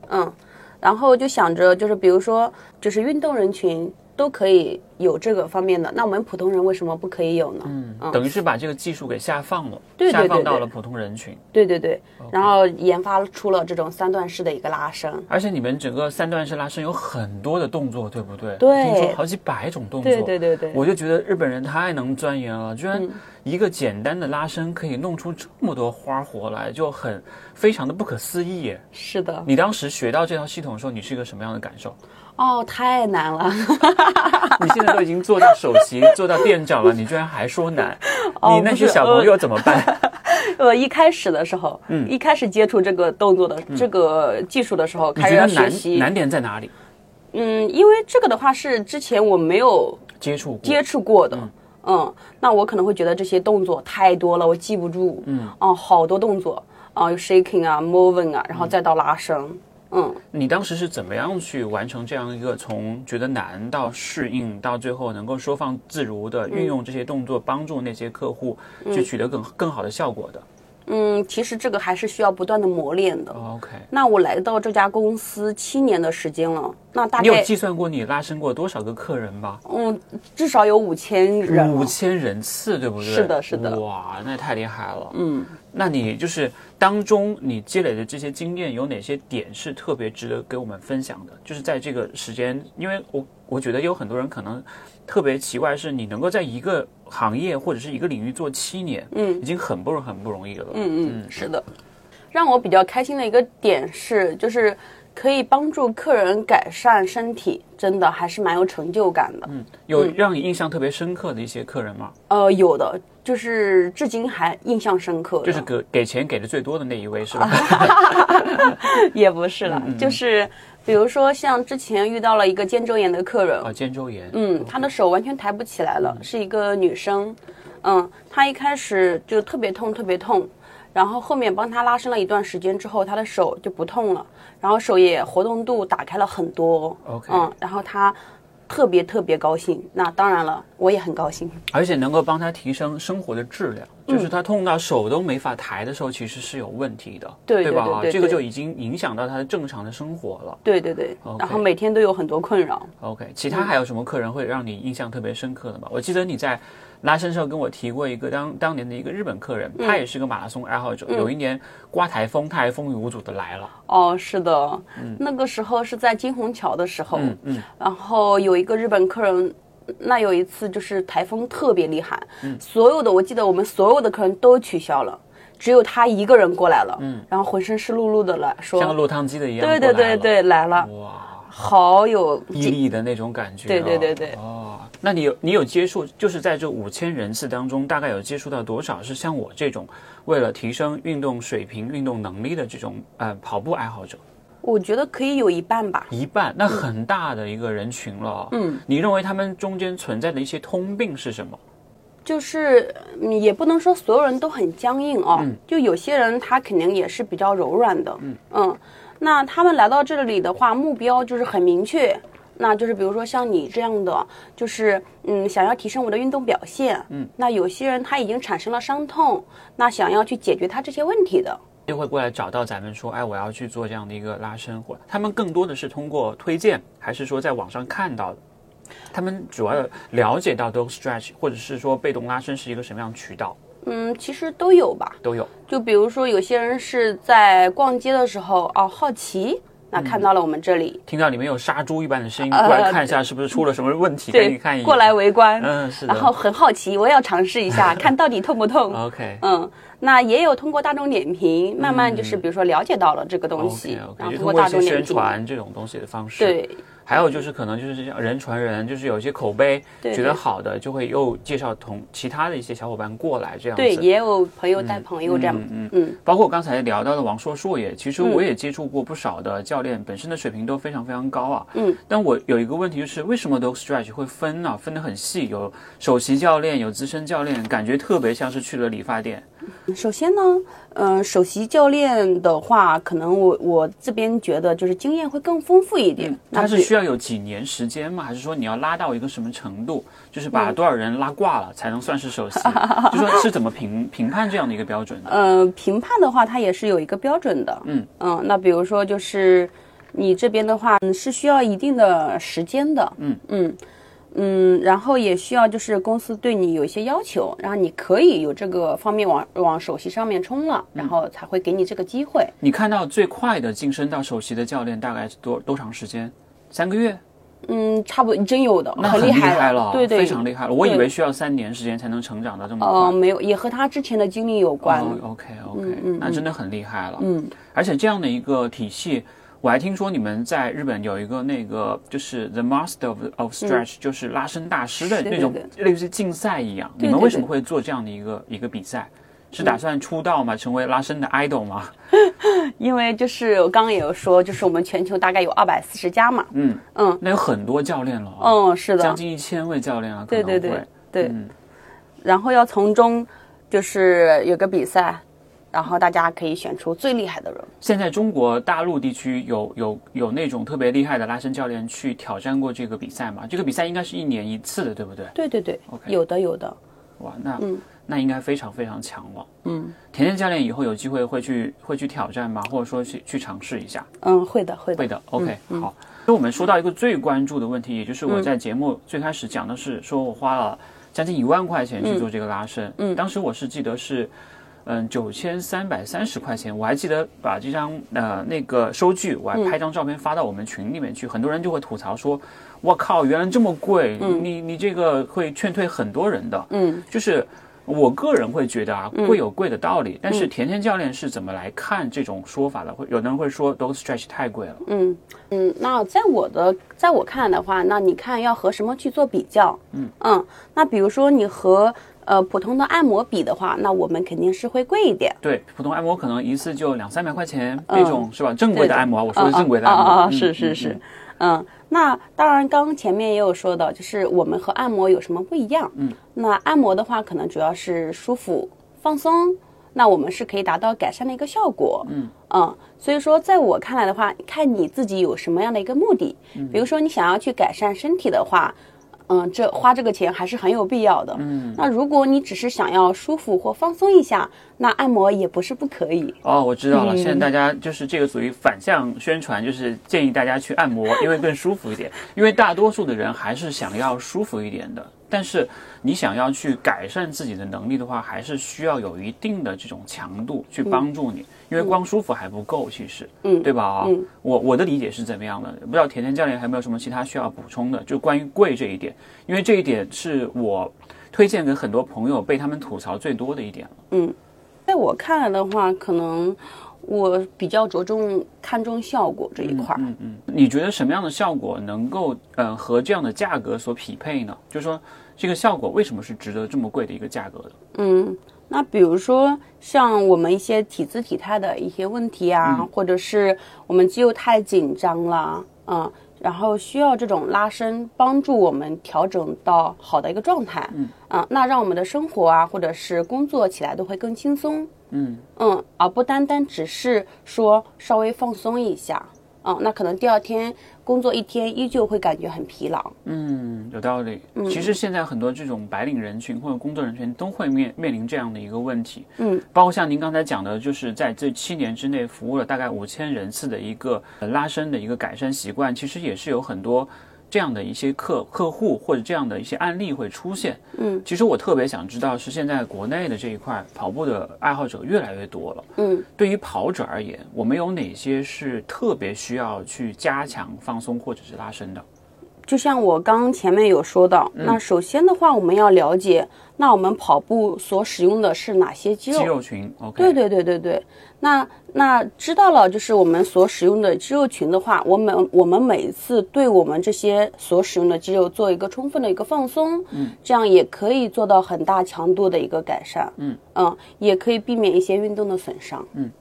[SPEAKER 2] 然后就想着就是比如说就是运动人群都可以有这个方面的，那我们普通人为什么不可以有呢？嗯
[SPEAKER 1] 等于是把这个技术给下放了，
[SPEAKER 2] 对对对
[SPEAKER 1] 下放到
[SPEAKER 2] 对
[SPEAKER 1] 了普通人群。
[SPEAKER 2] 对对对，然后研发出了这种三段式的一个拉伸，
[SPEAKER 1] 而且你们整个三段式拉伸有很多的动作，对不对？
[SPEAKER 2] 对
[SPEAKER 1] 听说好几百种动作。
[SPEAKER 2] 对对对对
[SPEAKER 1] 我就觉得日本人太能钻研了，居然一个简单的拉伸可以弄出这么多花活来，就很非常的不可思议耶。
[SPEAKER 2] 是的，
[SPEAKER 1] 你当时学到这套系统的时候，你是一个什么样的感受？
[SPEAKER 2] 哦，太难了。
[SPEAKER 1] 你现在都已经做到首 席，做到店长了，你居然还说难？
[SPEAKER 2] 哦
[SPEAKER 1] 你那
[SPEAKER 2] 不
[SPEAKER 1] 些
[SPEAKER 2] 是
[SPEAKER 1] 小朋友怎么办？
[SPEAKER 2] 呃，一开始的时候，嗯，一开始接触这个动作的、这个技术的时候，
[SPEAKER 1] 你
[SPEAKER 2] 开
[SPEAKER 1] 觉
[SPEAKER 2] 始
[SPEAKER 1] 得嗯
[SPEAKER 2] 要学
[SPEAKER 1] 难
[SPEAKER 2] 习。
[SPEAKER 1] 难点在哪里？
[SPEAKER 2] 嗯，因为这个的话是之前我没有
[SPEAKER 1] 接触过
[SPEAKER 2] 接触过的。嗯那我可能会觉得这些动作太多了，我记不住。嗯，哦、好多动作啊，有 shaking 啊，moving 啊，然后再到拉伸。嗯，
[SPEAKER 1] 你当时是怎么样去完成这样一个从觉得难到适应，到最后能够收放自如的运用这些动作，帮助那些客户去取得更更好的效果的
[SPEAKER 2] 嗯，其实这个还是需要不断的磨练的。
[SPEAKER 1] 哦？OK，
[SPEAKER 2] 那我来到这家公司七年的时间了，那大
[SPEAKER 1] 你有
[SPEAKER 2] 概
[SPEAKER 1] 计算过你拉伸过多少个客人吗？
[SPEAKER 2] 嗯至少有五千人了
[SPEAKER 1] 五千人次，对不对？
[SPEAKER 2] 是的是的
[SPEAKER 1] 哇，那太厉害了。嗯，那你就是当中你积累的这些经验，有哪些点是特别值得给我们分享的？就是在这个时间，因为我我觉得有很多人可能特别奇怪，是你能够在一个行业或者是一个领域做七年，嗯，已经很不容很不容易了。
[SPEAKER 2] 嗯嗯，是的。让我比较开心的一个点是，就是可以帮助客人改善身体，真的还是蛮有成就感的。嗯，
[SPEAKER 1] 有让你印象特别深刻的一些客人吗？
[SPEAKER 2] 呃，有的就是至今还印象深刻的，
[SPEAKER 1] 就是给给钱给的最多的那一位 是吧？
[SPEAKER 2] 也不是了，就是比如说像之前遇到了一个肩周炎的客人，
[SPEAKER 1] 啊，肩周炎。
[SPEAKER 2] 嗯，她的手完全抬不起来
[SPEAKER 1] 嗯
[SPEAKER 2] 了，是一个女生。嗯，她一开始就特别痛，特别痛，然后后面帮她拉伸了一段时间之后，她的手就不痛了，然后手也活动度打开了很多。
[SPEAKER 1] OK
[SPEAKER 2] 嗯，然后她特别特别高兴。那当然了，我也很高兴。
[SPEAKER 1] 而且能够帮他提升生活的质量，
[SPEAKER 2] 嗯
[SPEAKER 1] 就是他痛到手都没法抬的时候，其实是有问题的，
[SPEAKER 2] 对
[SPEAKER 1] 吧？
[SPEAKER 2] 对
[SPEAKER 1] 啊，
[SPEAKER 2] 对对
[SPEAKER 1] 这个
[SPEAKER 2] 对
[SPEAKER 1] 就已经影响到他的正常的生活了。
[SPEAKER 2] 对对对
[SPEAKER 1] OK
[SPEAKER 2] 然后每天都有很多困扰。
[SPEAKER 1] OK，其
[SPEAKER 2] 嗯
[SPEAKER 1] 他还有什么客人会让你印象特别深刻的吗？我记得你在拉伸时候跟我提过一个当当年的一个日本客人，
[SPEAKER 2] 嗯
[SPEAKER 1] 他也是个马拉松爱好者，有一年刮台风，他还风雨无阻的来了。
[SPEAKER 2] 哦，是的，那个时候是在金虹桥的时候，
[SPEAKER 1] 嗯嗯，
[SPEAKER 2] 然后有一个日本客人，那有一次就是台风特别厉害，所有的我记得我们所有的客人都取消了，只有他一个人过来了，嗯，然后浑身湿漉漉的来说，
[SPEAKER 1] 像落汤鸡的一样，
[SPEAKER 2] 对对对，对，来
[SPEAKER 1] 嗯
[SPEAKER 2] 了，
[SPEAKER 1] 哇，
[SPEAKER 2] 好有
[SPEAKER 1] 毅力的那种感觉、啊。
[SPEAKER 2] 对对对对
[SPEAKER 1] 哦，那你有你有接触，就是在这五千人次当中，大概有接触到多少是像我这种为了提升运动水平、运动能力的这种呃跑步爱好者？
[SPEAKER 2] 我觉得可以有一半吧，
[SPEAKER 1] 一半，那很大的一个人群了。嗯，你认为他们中间存在的一些通病是什么？
[SPEAKER 2] 就是嗯也不能说所有人都很僵硬哦，
[SPEAKER 1] 嗯
[SPEAKER 2] 就有些人他肯定也是比较柔软的，嗯那他们来到这里的话，目标就是很明确，那就是比如说像你这样的，就是嗯想要提升我的运动表现，嗯，那有些人他已经产生了伤痛，那想要去解决他这些问题的，
[SPEAKER 1] 就会过来找到咱们说，哎，我要去做这样的一个拉伸活。他们更多的是通过推荐，还是说在网上看到的？他们主要了解到 dog stretch，或者是说被动拉伸是一个什么样的渠道
[SPEAKER 2] 嗯，其实都有吧，
[SPEAKER 1] 都有。
[SPEAKER 2] 就比如说有些人是在逛街的时候哦好奇，那
[SPEAKER 1] 嗯
[SPEAKER 2] 看到了我们这里，
[SPEAKER 1] 听到里面有杀猪一般的声音，过来看一下是不是出了什么问题，赶紧看一眼。
[SPEAKER 2] 过来围观，
[SPEAKER 1] 嗯是的
[SPEAKER 2] 然后很好奇，我也要尝试 一下，看到底痛不痛。
[SPEAKER 1] OK，
[SPEAKER 2] 嗯，那也有通过大众点评，慢慢就是比如说了解到了这个东
[SPEAKER 1] 嗯 OK，OK，
[SPEAKER 2] 西，
[SPEAKER 1] 就
[SPEAKER 2] 然后
[SPEAKER 1] 通
[SPEAKER 2] 通
[SPEAKER 1] 过
[SPEAKER 2] 过
[SPEAKER 1] 一
[SPEAKER 2] 大
[SPEAKER 1] 些
[SPEAKER 2] 众点
[SPEAKER 1] 宣
[SPEAKER 2] 评，
[SPEAKER 1] 传这种东西的方式。
[SPEAKER 2] 对，
[SPEAKER 1] 还有就是可能就是像人传人，就是有一些口碑
[SPEAKER 2] 对
[SPEAKER 1] 觉得
[SPEAKER 2] 对
[SPEAKER 1] 好的，就会又介绍同其他的一些小伙伴过来这样子。
[SPEAKER 2] 对，也有朋友带朋友这样，嗯
[SPEAKER 1] 包括刚才聊到的王硕硕也，其实我也接触过不少的教练，本身的水平都非常非常高啊。
[SPEAKER 2] 嗯，
[SPEAKER 1] 但我有一个问题就是，为什么 Dog Stretch 会分呢、分得很细，有首席教练，有资深教练，感觉特别像是去了理发店。
[SPEAKER 2] 首先呢，嗯、首席教练的话，可能我我这边觉得就是经验会更丰富一点。嗯那
[SPEAKER 1] 它是
[SPEAKER 2] 对
[SPEAKER 1] 需要有几年时间吗？还是说你要拉到一个什么程度，就是把
[SPEAKER 2] 嗯
[SPEAKER 1] 多少人拉挂了才能算是 首席？就说是怎么评评判这样的一个标准的？
[SPEAKER 2] 呃，评判的话，它也是有一个标准的。
[SPEAKER 1] 嗯
[SPEAKER 2] 那比如说就是你这边的话嗯是需要一定的时间的。
[SPEAKER 1] 嗯
[SPEAKER 2] 嗯嗯，然后也需要就是公司对你有一些要求，然后你可以有这个方面往往首席上面冲了，然后才会给你这个机会。
[SPEAKER 1] 你看到最快的晋升到首席的教练大概是多多长时间？三个月？
[SPEAKER 2] 嗯，差不多真有的，
[SPEAKER 1] 那
[SPEAKER 2] 很厉害
[SPEAKER 1] 害
[SPEAKER 2] 了，对对，
[SPEAKER 1] 非常厉害了。我以
[SPEAKER 2] 对
[SPEAKER 1] 为需要三年时间才能成长到这么快。
[SPEAKER 2] 呃，没有，也和他之前的经历有关。
[SPEAKER 1] 哦，OK OK，
[SPEAKER 2] 嗯
[SPEAKER 1] 那真的很厉害了。
[SPEAKER 2] 嗯，
[SPEAKER 1] 而且这样的一个体系，我还听说你们在日本有一个那个就是 The Master of of Stretch，就是拉伸大师的
[SPEAKER 2] 嗯对
[SPEAKER 1] 那
[SPEAKER 2] 对
[SPEAKER 1] 种
[SPEAKER 2] 对
[SPEAKER 1] 类似竞赛一样。你
[SPEAKER 2] 对
[SPEAKER 1] 们
[SPEAKER 2] 对
[SPEAKER 1] 为什
[SPEAKER 2] 对
[SPEAKER 1] 么会做这样的一个一个比赛？是打算出道吗？成为拉伸的 idol 吗？
[SPEAKER 2] 因为就是我刚刚也有说，就是我们全球大概有二百四十家嘛。
[SPEAKER 1] 嗯
[SPEAKER 2] 嗯
[SPEAKER 1] 那有很多教练了哦，
[SPEAKER 2] 嗯，是的
[SPEAKER 1] 将，近一千位教练了，啊可
[SPEAKER 2] 对
[SPEAKER 1] 能会
[SPEAKER 2] 对对对、
[SPEAKER 1] 嗯
[SPEAKER 2] 然后要从中就是有个比赛，然后大家可以选出最厉害的人。
[SPEAKER 1] 现在中国大陆地区有有有那种特别厉害的拉伸教练去挑战过这个比赛吗？这个比赛应该是一年一次的，对不对？
[SPEAKER 2] 对对对有的有的。
[SPEAKER 1] 哇，那、那应该非常非常强了。嗯，甜甜教练以后有机会会去会去挑战吗？或者说去去尝试一下？
[SPEAKER 2] 嗯，会的会的。嗯
[SPEAKER 1] 会的，OK，、好。那我们说到一个最关注的问题，也就是我在节目最开始讲的是，说我花了将近一万块钱去做这个拉伸，嗯，当时我是记得是。嗯，九千三百三十块钱，我还记得把这张呃那个收据，我还
[SPEAKER 2] 嗯
[SPEAKER 1] 拍张照片发到我们群里面去，很多人就会吐槽说，我靠，原来这么贵，你你这个会劝退很多人的，
[SPEAKER 2] 嗯，
[SPEAKER 1] 就是我个人会觉得啊，贵有贵的道理，但
[SPEAKER 2] 嗯
[SPEAKER 1] 是甜甜教练是怎么来看这种说法的？会有的人会说 dog stretch 太贵了，
[SPEAKER 2] 嗯嗯，那在我的在我看来的话，那你看要和什么去做比较？嗯那比如说你和呃普通的按摩比的话，那我们肯定是会贵一点。
[SPEAKER 1] 对，普通按摩可能一次就两三百块钱、
[SPEAKER 2] 嗯
[SPEAKER 1] 那种，是吧？正规
[SPEAKER 2] 对
[SPEAKER 1] 的
[SPEAKER 2] 的
[SPEAKER 1] 按摩啊，我说的是正规的
[SPEAKER 2] 啊
[SPEAKER 1] 按摩，
[SPEAKER 2] 啊啊
[SPEAKER 1] 嗯
[SPEAKER 2] 是是
[SPEAKER 1] 嗯
[SPEAKER 2] 是
[SPEAKER 1] 嗯，
[SPEAKER 2] 嗯，那当然，刚刚前面也有说到，就是我们和按摩有什么不一样？嗯，那按摩的话，可能主要是舒服、放松，那我们是可以达到改善的一个效果。嗯所以说，在我看来的话，看你自己有什么样的一个目的，比如说你想要去改善身体的话。嗯，这花这个钱还是很有必要的。嗯，那如果你只是想要舒服或放松一下，那按摩也不是不可以。
[SPEAKER 1] 哦，我知道了。现在大家就是这个属于反向宣传，就是建议大家去按摩，因为更舒服一点。因为大多数的人还是想要舒服一点的，但是你想要去改善自己的能力的话，还是需要有一定的这种强度去帮助你，因为光舒服还不够，其实，嗯，对吧、啊？我我的理解是怎么样的？不知道甜甜教练还有没有什么其他需要补充的，就关于贵这一点，因为这一点是我推荐给很多朋友被他们吐槽最多的一点了。
[SPEAKER 2] 在我看来的话，可能我比较着重看重效果这一块儿。
[SPEAKER 1] 你觉得什么样的效果能够呃和这样的价格所匹配呢？就是说这个效果为什么是值得这么贵的一个价格的？
[SPEAKER 2] 嗯，那比如说像我们一些体姿体态的一些问题啊，或者是我们肌肉太紧张了，嗯，然后需要这种拉伸帮助我们调整到好的一个状态，嗯，啊，那让我们的生活啊，或者是工作起来都会更轻松，
[SPEAKER 1] 嗯
[SPEAKER 2] 嗯，而不单单只是说稍微放松一下，嗯，那可能第二天工作一天依旧会感觉很疲劳，
[SPEAKER 1] 嗯，有道理。其实现在很多这种白领人群或者工作人群都会面面临这样的一个问题。
[SPEAKER 2] 嗯，
[SPEAKER 1] 包括像您刚才讲的，就是在这七年之内服务了大概五千人次的一个呃拉伸的一个改善习惯，其实也是有很多。这样的一些客客户或者这样的一些案例会出现，
[SPEAKER 2] 嗯，
[SPEAKER 1] 其实我特别想知道是现在国内的这一块跑步的爱好者越来越多了，
[SPEAKER 2] 嗯，
[SPEAKER 1] 对于跑者而言，我们有哪些是特别需要去加强放松或者是拉伸的？
[SPEAKER 2] 就像我刚前面有说到，那首先的话，我们要了解，那我们跑步所使用的是哪些肌肉？
[SPEAKER 1] 肌肉群，OK，
[SPEAKER 2] 对对对对对。那那知道了，就是我们所使用的肌肉群的话，我们我们每一次对我们这些所使用的肌肉做一个充分的一个放松，嗯，这样也可以做到很大强度的一个改善，嗯嗯，也可以避免一些运动的损伤，嗯。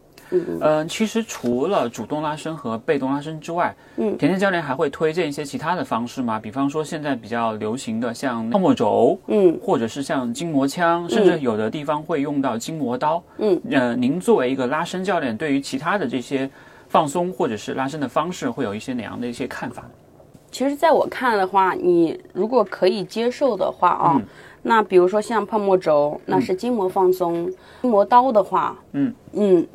[SPEAKER 1] 嗯，其实除了主动拉伸和被动拉伸之外，嗯，甜甜教练还会推荐一些其他的方式吗？比方说现在比较流行的像泡沫轴，
[SPEAKER 2] 嗯，
[SPEAKER 1] 或者是像筋膜枪，甚至有的地方会用到筋膜刀，
[SPEAKER 2] 嗯，
[SPEAKER 1] 呃，您作为一个拉伸教练，对于其他的这些放松或者是拉伸的方式，会有一些哪样的一些看法？
[SPEAKER 2] 其实，在我看的话，你如果可以接受的话啊，
[SPEAKER 1] 嗯
[SPEAKER 2] 那比如说像泡沫轴，那是筋膜放松；筋膜刀的话，
[SPEAKER 1] 嗯
[SPEAKER 2] 嗯，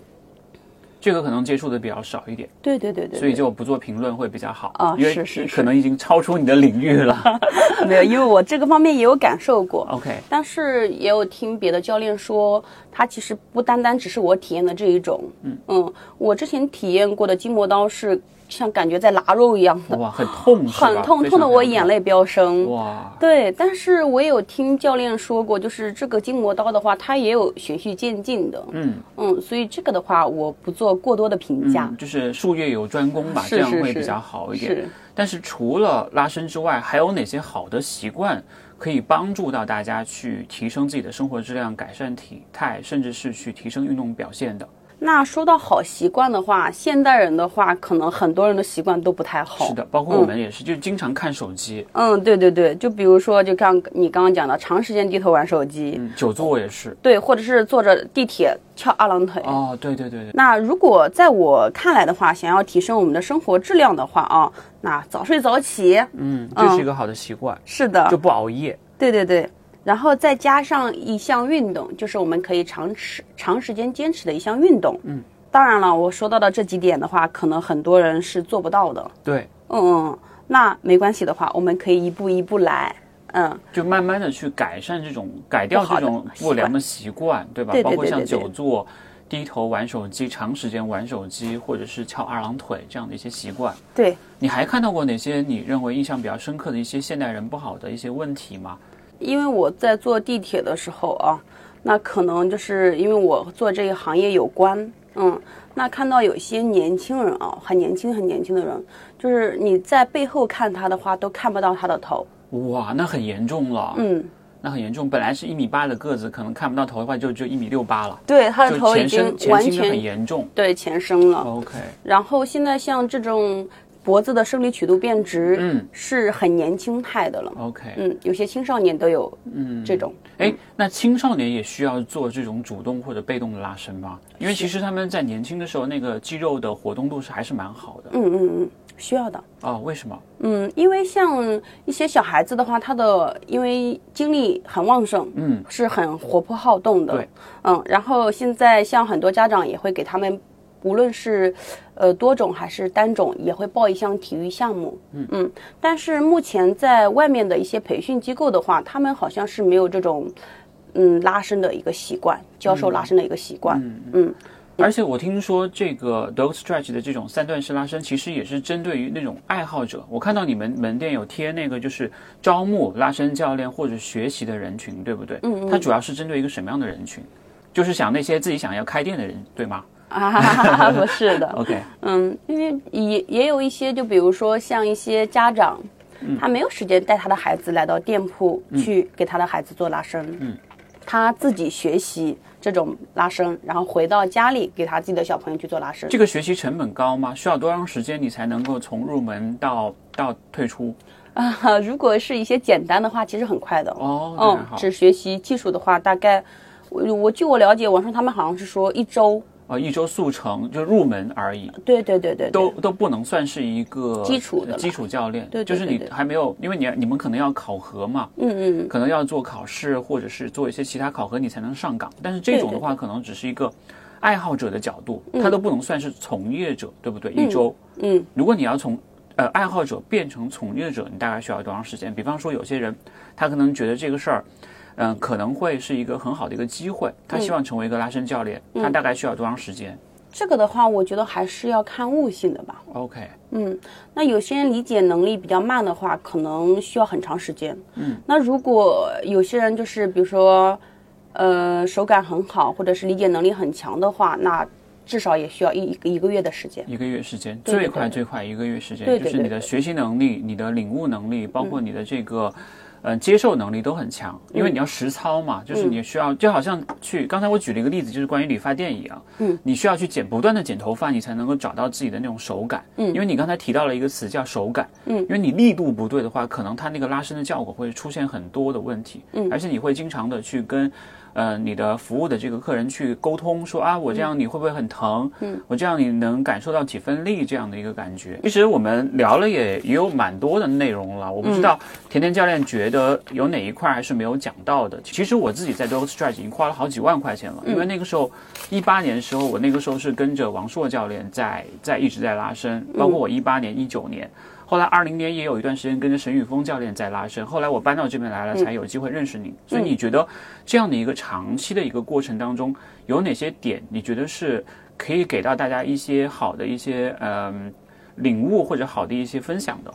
[SPEAKER 1] 这个可能接触的比较少一点，
[SPEAKER 2] 对对对对，
[SPEAKER 1] 所以就不做评论会比较好
[SPEAKER 2] 嗯啊
[SPEAKER 1] 因为
[SPEAKER 2] 是是是
[SPEAKER 1] 可能已经超出你的领域了。
[SPEAKER 2] 没有， 因为我这个方面也有感受过。
[SPEAKER 1] OK，
[SPEAKER 2] 但是也有听别的教练说，他其实不单单只是我体验的这一种，嗯我之前体验过的筋膜刀是像感觉在拉肉一样的，
[SPEAKER 1] 哇，很痛是吧，
[SPEAKER 2] 很痛，
[SPEAKER 1] 非
[SPEAKER 2] 痛的
[SPEAKER 1] 常
[SPEAKER 2] 我
[SPEAKER 1] 非常
[SPEAKER 2] 眼
[SPEAKER 1] 痛
[SPEAKER 2] 泪飙升。
[SPEAKER 1] 哇，
[SPEAKER 2] 对，但是我有听教练说过，就是这个筋膜刀的话，它也有循序渐进的，
[SPEAKER 1] 嗯。
[SPEAKER 2] 嗯，所以这个的话，我不做过多的评价
[SPEAKER 1] 嗯，。就是术业有专攻吧，
[SPEAKER 2] 是
[SPEAKER 1] 这样
[SPEAKER 2] 是
[SPEAKER 1] 会
[SPEAKER 2] 是
[SPEAKER 1] 比较好一点。
[SPEAKER 2] 是，
[SPEAKER 1] 但是除了拉伸之外，还有哪些好的习惯可以帮助到大家去提升自己的生活质量、改善体态，甚至是去提升运动表现的？
[SPEAKER 2] 那说到好习惯的话，现代人的话，可能很多人的习惯都不太好。
[SPEAKER 1] 是的，包括我们也是，就经常看手机，
[SPEAKER 2] 嗯，对对对，就比如说，就像你刚刚讲的，长时间低头玩手机，
[SPEAKER 1] 嗯，久坐也是。
[SPEAKER 2] 对，或者是坐着地铁翘二郎腿。
[SPEAKER 1] 哦，对对对对，
[SPEAKER 2] 那如果在我看来的话，想要提升我们的生活质量的话啊，那早睡早起，
[SPEAKER 1] 嗯，这是一个好的习惯，
[SPEAKER 2] 是的，
[SPEAKER 1] 就不熬夜。
[SPEAKER 2] 对对对，然后再加上一项运动，就是我们可以长时长时间坚持的一项运动。嗯，当然了，我说到的这几点的话，可能很多人是做不到的。
[SPEAKER 1] 对，
[SPEAKER 2] 嗯嗯，那没关系的话，我们可以一步一步来。嗯，
[SPEAKER 1] 就慢慢的去改善这种改掉
[SPEAKER 2] 不好
[SPEAKER 1] 这
[SPEAKER 2] 的
[SPEAKER 1] 种
[SPEAKER 2] 习
[SPEAKER 1] 不良
[SPEAKER 2] 惯
[SPEAKER 1] 的习惯，对吧？
[SPEAKER 2] 对对
[SPEAKER 1] 包括
[SPEAKER 2] 对
[SPEAKER 1] 像
[SPEAKER 2] 对对
[SPEAKER 1] 久坐、低头玩手机、长时间玩手机，或者是翘二郎腿这样的一些习惯。
[SPEAKER 2] 对，
[SPEAKER 1] 你还看到过哪些你认为印象比较深刻的一些现代人不好的一些问题吗？
[SPEAKER 2] 因为我在坐地铁的时候啊，那可能就是因为我做这个行业有关，嗯，那看到有些年轻人啊，很年轻很年轻的人，就是你在背后看他的话，都看不到他的头，
[SPEAKER 1] 哇，那很严重了，
[SPEAKER 2] 嗯，
[SPEAKER 1] 那很严重。本来是一米八的个子，可能看不到头的话就就一米六八了，
[SPEAKER 2] 对，他的
[SPEAKER 1] 就
[SPEAKER 2] 头
[SPEAKER 1] 前
[SPEAKER 2] 已经
[SPEAKER 1] 身前
[SPEAKER 2] 完
[SPEAKER 1] 倾得很
[SPEAKER 2] 全嗯
[SPEAKER 1] 严重。
[SPEAKER 2] 对前伸了。
[SPEAKER 1] OK，
[SPEAKER 2] 然后现在像这种脖子的生理曲度变直，
[SPEAKER 1] 嗯
[SPEAKER 2] 是很年轻态的了。
[SPEAKER 1] OK，
[SPEAKER 2] 嗯，有些青少年都有这种。
[SPEAKER 1] 哎，那青少年也需要做这种主动或者被动的拉伸吗？因为其实他们在年轻的时候，那个肌肉的活动度是还是蛮好的。
[SPEAKER 2] 嗯嗯嗯，需要的。
[SPEAKER 1] 哦，为什么？
[SPEAKER 2] 嗯，因为像一些小孩子的话，他的因为精力很旺盛，
[SPEAKER 1] 嗯，
[SPEAKER 2] 是很活泼好动的。
[SPEAKER 1] 对，
[SPEAKER 2] 嗯，然后现在像很多家长也会给他们，无论是呃多种还是单种，也会报一项体育项目。嗯但是目前在外面的一些培训机构的话，他们好像是没有这种嗯拉伸的一个习惯，教授拉伸的一个习惯。嗯
[SPEAKER 1] 而且我听说这个 dog stretch 的这种三段式拉伸，其实也是针对于那种爱好者。我看到你们门店有贴那个，就是招募拉伸教练或者学习的人群，对不对？嗯嗯。它主要是针对一个什么样的人群？就是想那些自己想要开店的人，对吗
[SPEAKER 2] 啊，不是的。
[SPEAKER 1] ？OK，
[SPEAKER 2] 嗯，因为也也有一些，就比如说像一些家长，
[SPEAKER 1] 嗯
[SPEAKER 2] 他没有时间带他的孩子来到店铺去给他的孩子做拉伸，嗯，他自己学习这种拉伸，然后回到家里给他自己的小朋友去做拉 伸。
[SPEAKER 1] 这个学习成本高吗？需要多长时间你才能够从入门到到退出？
[SPEAKER 2] 啊， 如果是一些简单的话，其实很快的。
[SPEAKER 1] 哦，那还
[SPEAKER 2] 嗯，
[SPEAKER 1] 好。
[SPEAKER 2] 只学习技术的话，大概我我据我了解，网上他们好像是说一周，
[SPEAKER 1] 呃，一周速成就入门而已，
[SPEAKER 2] 对对对对，对
[SPEAKER 1] 都都不能算是一个
[SPEAKER 2] 基础的了
[SPEAKER 1] 基础教练。
[SPEAKER 2] 对对
[SPEAKER 1] 就是
[SPEAKER 2] 对
[SPEAKER 1] 你
[SPEAKER 2] 对
[SPEAKER 1] 还没有，因为你你们可能要考核嘛，
[SPEAKER 2] 嗯嗯，
[SPEAKER 1] 可能要做考试或者是做一些其他考核，你才能上岗。但是这种的话，可能只是一个爱好者的角度，他都不能算是从业者，对不对？一周，
[SPEAKER 2] 嗯，
[SPEAKER 1] 如果你要从呃爱好者变成从业者，你大概需要多长时间？比方说，有些人他可能觉得这个事儿。嗯、
[SPEAKER 2] 嗯
[SPEAKER 1] 可能会是一个很好的一个机会，他希望成为一个拉伸教练，他大概需要多长时间？
[SPEAKER 2] 这个的话，我觉得还是要看悟性的吧。
[SPEAKER 1] OK，
[SPEAKER 2] 嗯，那有些人理解能力比较慢的话，可能需要很长时间。嗯，那如果有些人就是比如说，呃，手感很好，或者是理解能力很强的话，那至少也需要一一个一个月的时间。
[SPEAKER 1] 一个月时间，
[SPEAKER 2] 对对
[SPEAKER 1] 最快
[SPEAKER 2] 对
[SPEAKER 1] 最快一个月时间，
[SPEAKER 2] 对对
[SPEAKER 1] 就是你
[SPEAKER 2] 对
[SPEAKER 1] 的
[SPEAKER 2] 对
[SPEAKER 1] 学习能力、你的领悟能力，包括你的这个。嗯，接受能力都很强，因为你要实操
[SPEAKER 2] 嗯
[SPEAKER 1] 嘛，就是你需要，就好像去刚才我举了一个例子，就是关于理发店一样，嗯，你需要去剪，不断的剪头发，你才能够找到自己的那种手感，嗯，因为你刚才提到了一个词叫手感，嗯，因为你力度不对的话，可能它那个拉伸的效果会出现很多的问题，嗯，而且你会经常的去跟呃你的服务的这个客人去沟通，说啊，我这样你会不会很疼？嗯，我这样你能感受到几分力这样的一个感觉。其实我们聊了也也有蛮多的内容了，我不知道甜甜教练觉得有哪一块还是没有讲到的。其实我自己在 Dog Stretch 已经花了好几万块钱了，因为那个时候一八年的时候，我那个时候是跟着王硕教练在在一直在拉伸，包括我一八年、一九年。后来二零年也有一段时间跟着沈宇峰教练在拉伸，后来我搬到这边来了，才有机会认识你。所以你觉得这样的一个长期的一个过程当中，有哪些点你觉得是可以给到大家一些好的一些嗯、领悟或者好的一些分享的？